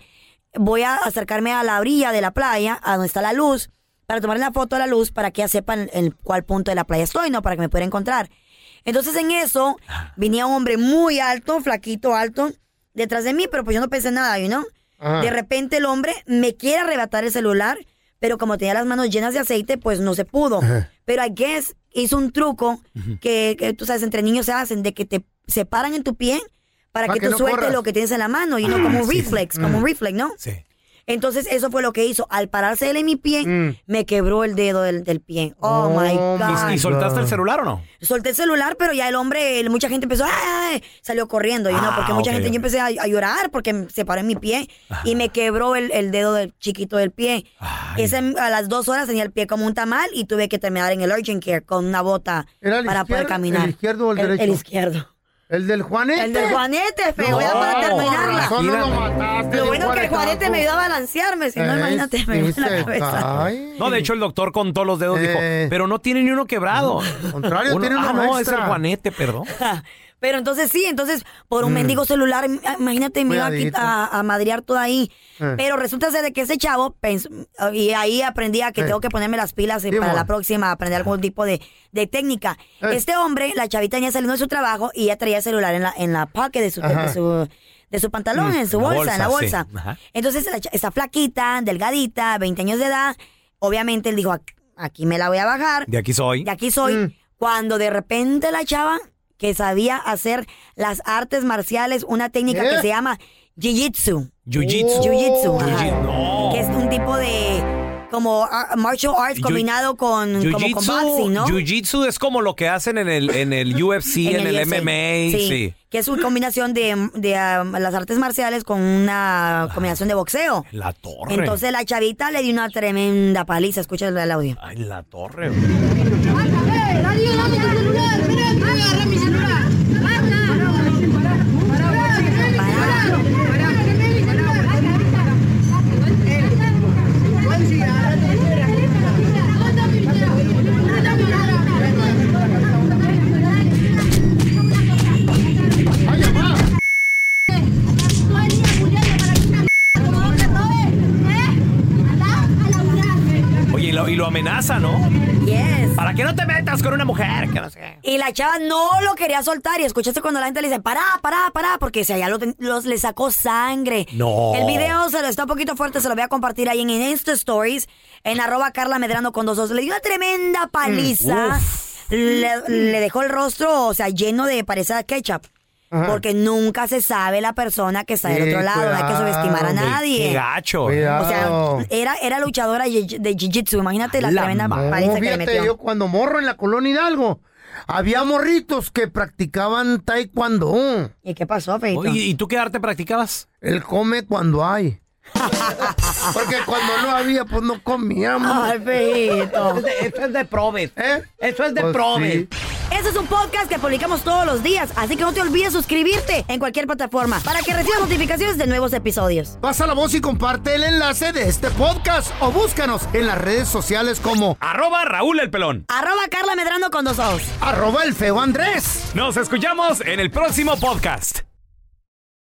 Speaker 3: voy a acercarme a la orilla de la playa, a donde está la luz, para tomar una foto de la luz para que ya sepan en cuál punto de la playa estoy, ¿no? Para que me pueda encontrar. Entonces en eso venía un hombre muy alto, flaquito, alto, detrás de mí, pero pues yo no pensé nada, ¿y no?
Speaker 20: Ajá.
Speaker 3: De repente el hombre me quiere arrebatar el celular, pero como tenía las manos llenas de aceite, pues no se pudo.
Speaker 20: Ajá.
Speaker 3: Pero I guess hizo un truco
Speaker 20: Ujú.
Speaker 3: que, que tú sabes, entre niños se hacen, de que te separan en tu pie para
Speaker 20: Pa'
Speaker 3: que,
Speaker 20: que
Speaker 3: tú
Speaker 20: no
Speaker 3: sueltes
Speaker 20: corras.
Speaker 3: lo que tienes en la mano, y no
Speaker 20: Ah,
Speaker 3: como un
Speaker 20: sí, sí.
Speaker 3: reflex, como un
Speaker 20: Mm.
Speaker 3: reflex, ¿no?
Speaker 2: Sí.
Speaker 3: Entonces eso fue lo que hizo. Al pararse él en mi pie,
Speaker 2: Mm.
Speaker 3: me quebró el dedo del, del pie. Oh, my God.
Speaker 2: ¿Y, y soltaste el celular o no?
Speaker 3: Solté el celular, pero ya el hombre, el- mucha gente empezó, ¡ay! salió corriendo, y no,
Speaker 2: Ah,
Speaker 3: porque mucha
Speaker 2: ok,
Speaker 3: gente,
Speaker 2: ok.
Speaker 3: yo empecé a, a llorar porque se paró en mi pie y me quebró el, el dedo del chiquito del pie. Ese, a las dos horas tenía el pie como un tamal y tuve que terminar en el urgent care con una bota para poder caminar.
Speaker 4: ¿El izquierdo o el derecho?
Speaker 3: El, izquierdo.
Speaker 4: ¿El del Juanete.
Speaker 3: El del Juanete, feo, ya para terminarla.
Speaker 4: Eso no lo mataste.
Speaker 3: Lo
Speaker 4: de
Speaker 3: bueno que el
Speaker 4: Juanetazo.
Speaker 3: Juanete me ayudó a balancearme, si no,
Speaker 2: Eh,
Speaker 3: imagínate, me
Speaker 2: sí
Speaker 3: en la
Speaker 2: se
Speaker 3: cabeza.
Speaker 2: No, de hecho el doctor con todos los dedos dijo, pero no tiene ni uno quebrado.
Speaker 4: Eh. contrario, tiene
Speaker 2: ah,
Speaker 4: uno
Speaker 2: no, es
Speaker 4: extra.
Speaker 2: el Juanete, perdón.
Speaker 3: Pero entonces sí, entonces por un
Speaker 2: Mm.
Speaker 3: mendigo celular, im- ah, imagínate, me iba a,
Speaker 2: Cuidadito.
Speaker 3: quita- a, a madrear todo ahí.
Speaker 2: Eh.
Speaker 3: Pero resulta ser de que ese chavo, pensó- y ahí aprendí a que
Speaker 20: Eh.
Speaker 3: tengo que ponerme las pilas eh,
Speaker 20: Sí,
Speaker 3: para
Speaker 20: mon. Eh.
Speaker 3: la próxima, aprender algún tipo de, de técnica. Este hombre, la chavita ya saliendo de su trabajo y ya traía el celular en la, en la pocket de su,
Speaker 20: Ajá.
Speaker 3: de su, de su pantalón,
Speaker 20: Mm,
Speaker 3: en su
Speaker 20: la
Speaker 3: bolsa, en la
Speaker 20: bolsa, sí.
Speaker 3: bolsa.
Speaker 20: Ajá.
Speaker 3: Entonces la cha- está flaquita, delgadita, 20 años de edad. Obviamente él dijo, "Ac- aquí me la voy a bajar.
Speaker 2: De aquí soy.
Speaker 3: De aquí soy.
Speaker 2: Mm.
Speaker 3: Cuando de repente la chava que sabía hacer las artes marciales, una técnica que
Speaker 2: ¿Eh?
Speaker 3: se llama Jiu-Jitsu.
Speaker 4: Uh.
Speaker 2: Jiu-Jitsu.
Speaker 3: Jiu-Jitsu, ajá.
Speaker 2: Jiu-jitsu,
Speaker 3: Que es un tipo de como ah, martial arts
Speaker 2: Jiu-
Speaker 3: combinado con, como con
Speaker 2: Jiu-jitsu
Speaker 3: boxing, ¿no?
Speaker 2: jiu-jitsu es como lo que hacen en el, en el UFC, en, el,
Speaker 3: UFC.
Speaker 2: MMA. Sí.
Speaker 3: Que es una combinación de, de, ah, las artes marciales con una combinación de boxeo.
Speaker 2: La torre.
Speaker 3: Entonces la chavita le dio una tremenda paliza. Escucha el el audio.
Speaker 2: Ay, la torre.
Speaker 4: pues.
Speaker 2: Oye, y lo, y lo amenaza, ¿no?
Speaker 3: Yes.
Speaker 2: ¿Para qué no te metas con una mujer? Que no sé qué.
Speaker 3: Y la chava no lo quería soltar. Y escuchaste cuando la gente le dice, pará, pará, pará, porque si allá lo ten- los, le sacó sangre.
Speaker 2: No.
Speaker 3: El video se lo está un poquito fuerte, se lo voy a compartir ahí en Insta Stories, en arroba Carla Medrano con dos dos. Le dio una tremenda paliza.
Speaker 20: Mm,
Speaker 3: Le, le dejó el rostro, o sea, lleno de parecida ketchup.
Speaker 4: Ajá.
Speaker 3: Porque nunca se sabe la persona que está del
Speaker 4: Sí,
Speaker 3: otro lado, no hay que subestimar a
Speaker 2: Ey,
Speaker 3: nadie.
Speaker 2: Qué gacho.
Speaker 3: O sea, eh, era, era luchadora ye- de jiu-jitsu, imagínate la,
Speaker 4: La
Speaker 3: tremenda
Speaker 4: madre.
Speaker 3: paliza que le
Speaker 4: Fíjate,
Speaker 3: metió.
Speaker 4: yo cuando morro en la colonia Hidalgo, había morritos que practicaban taekwondo.
Speaker 3: ¿Y qué pasó, Feito?
Speaker 2: Oye, ¿y tú qué arte practicabas?
Speaker 4: El come cuando hay. Porque cuando no había, pues no comíamos.
Speaker 3: Ay, Feito.
Speaker 4: Eso es de probes.
Speaker 11: Eso es
Speaker 4: de Pues probes. sí.
Speaker 3: Ese es un podcast que publicamos todos los días, así que no te olvides suscribirte en cualquier plataforma para que recibas notificaciones de nuevos episodios.
Speaker 4: Pasa la voz y comparte el enlace de este podcast o búscanos en las redes sociales como
Speaker 2: Arroba Raúl el pelón.
Speaker 3: Arroba Carla Medrano con dos ojos.
Speaker 4: arroba el feo Andrés.
Speaker 2: Nos escuchamos en el próximo podcast.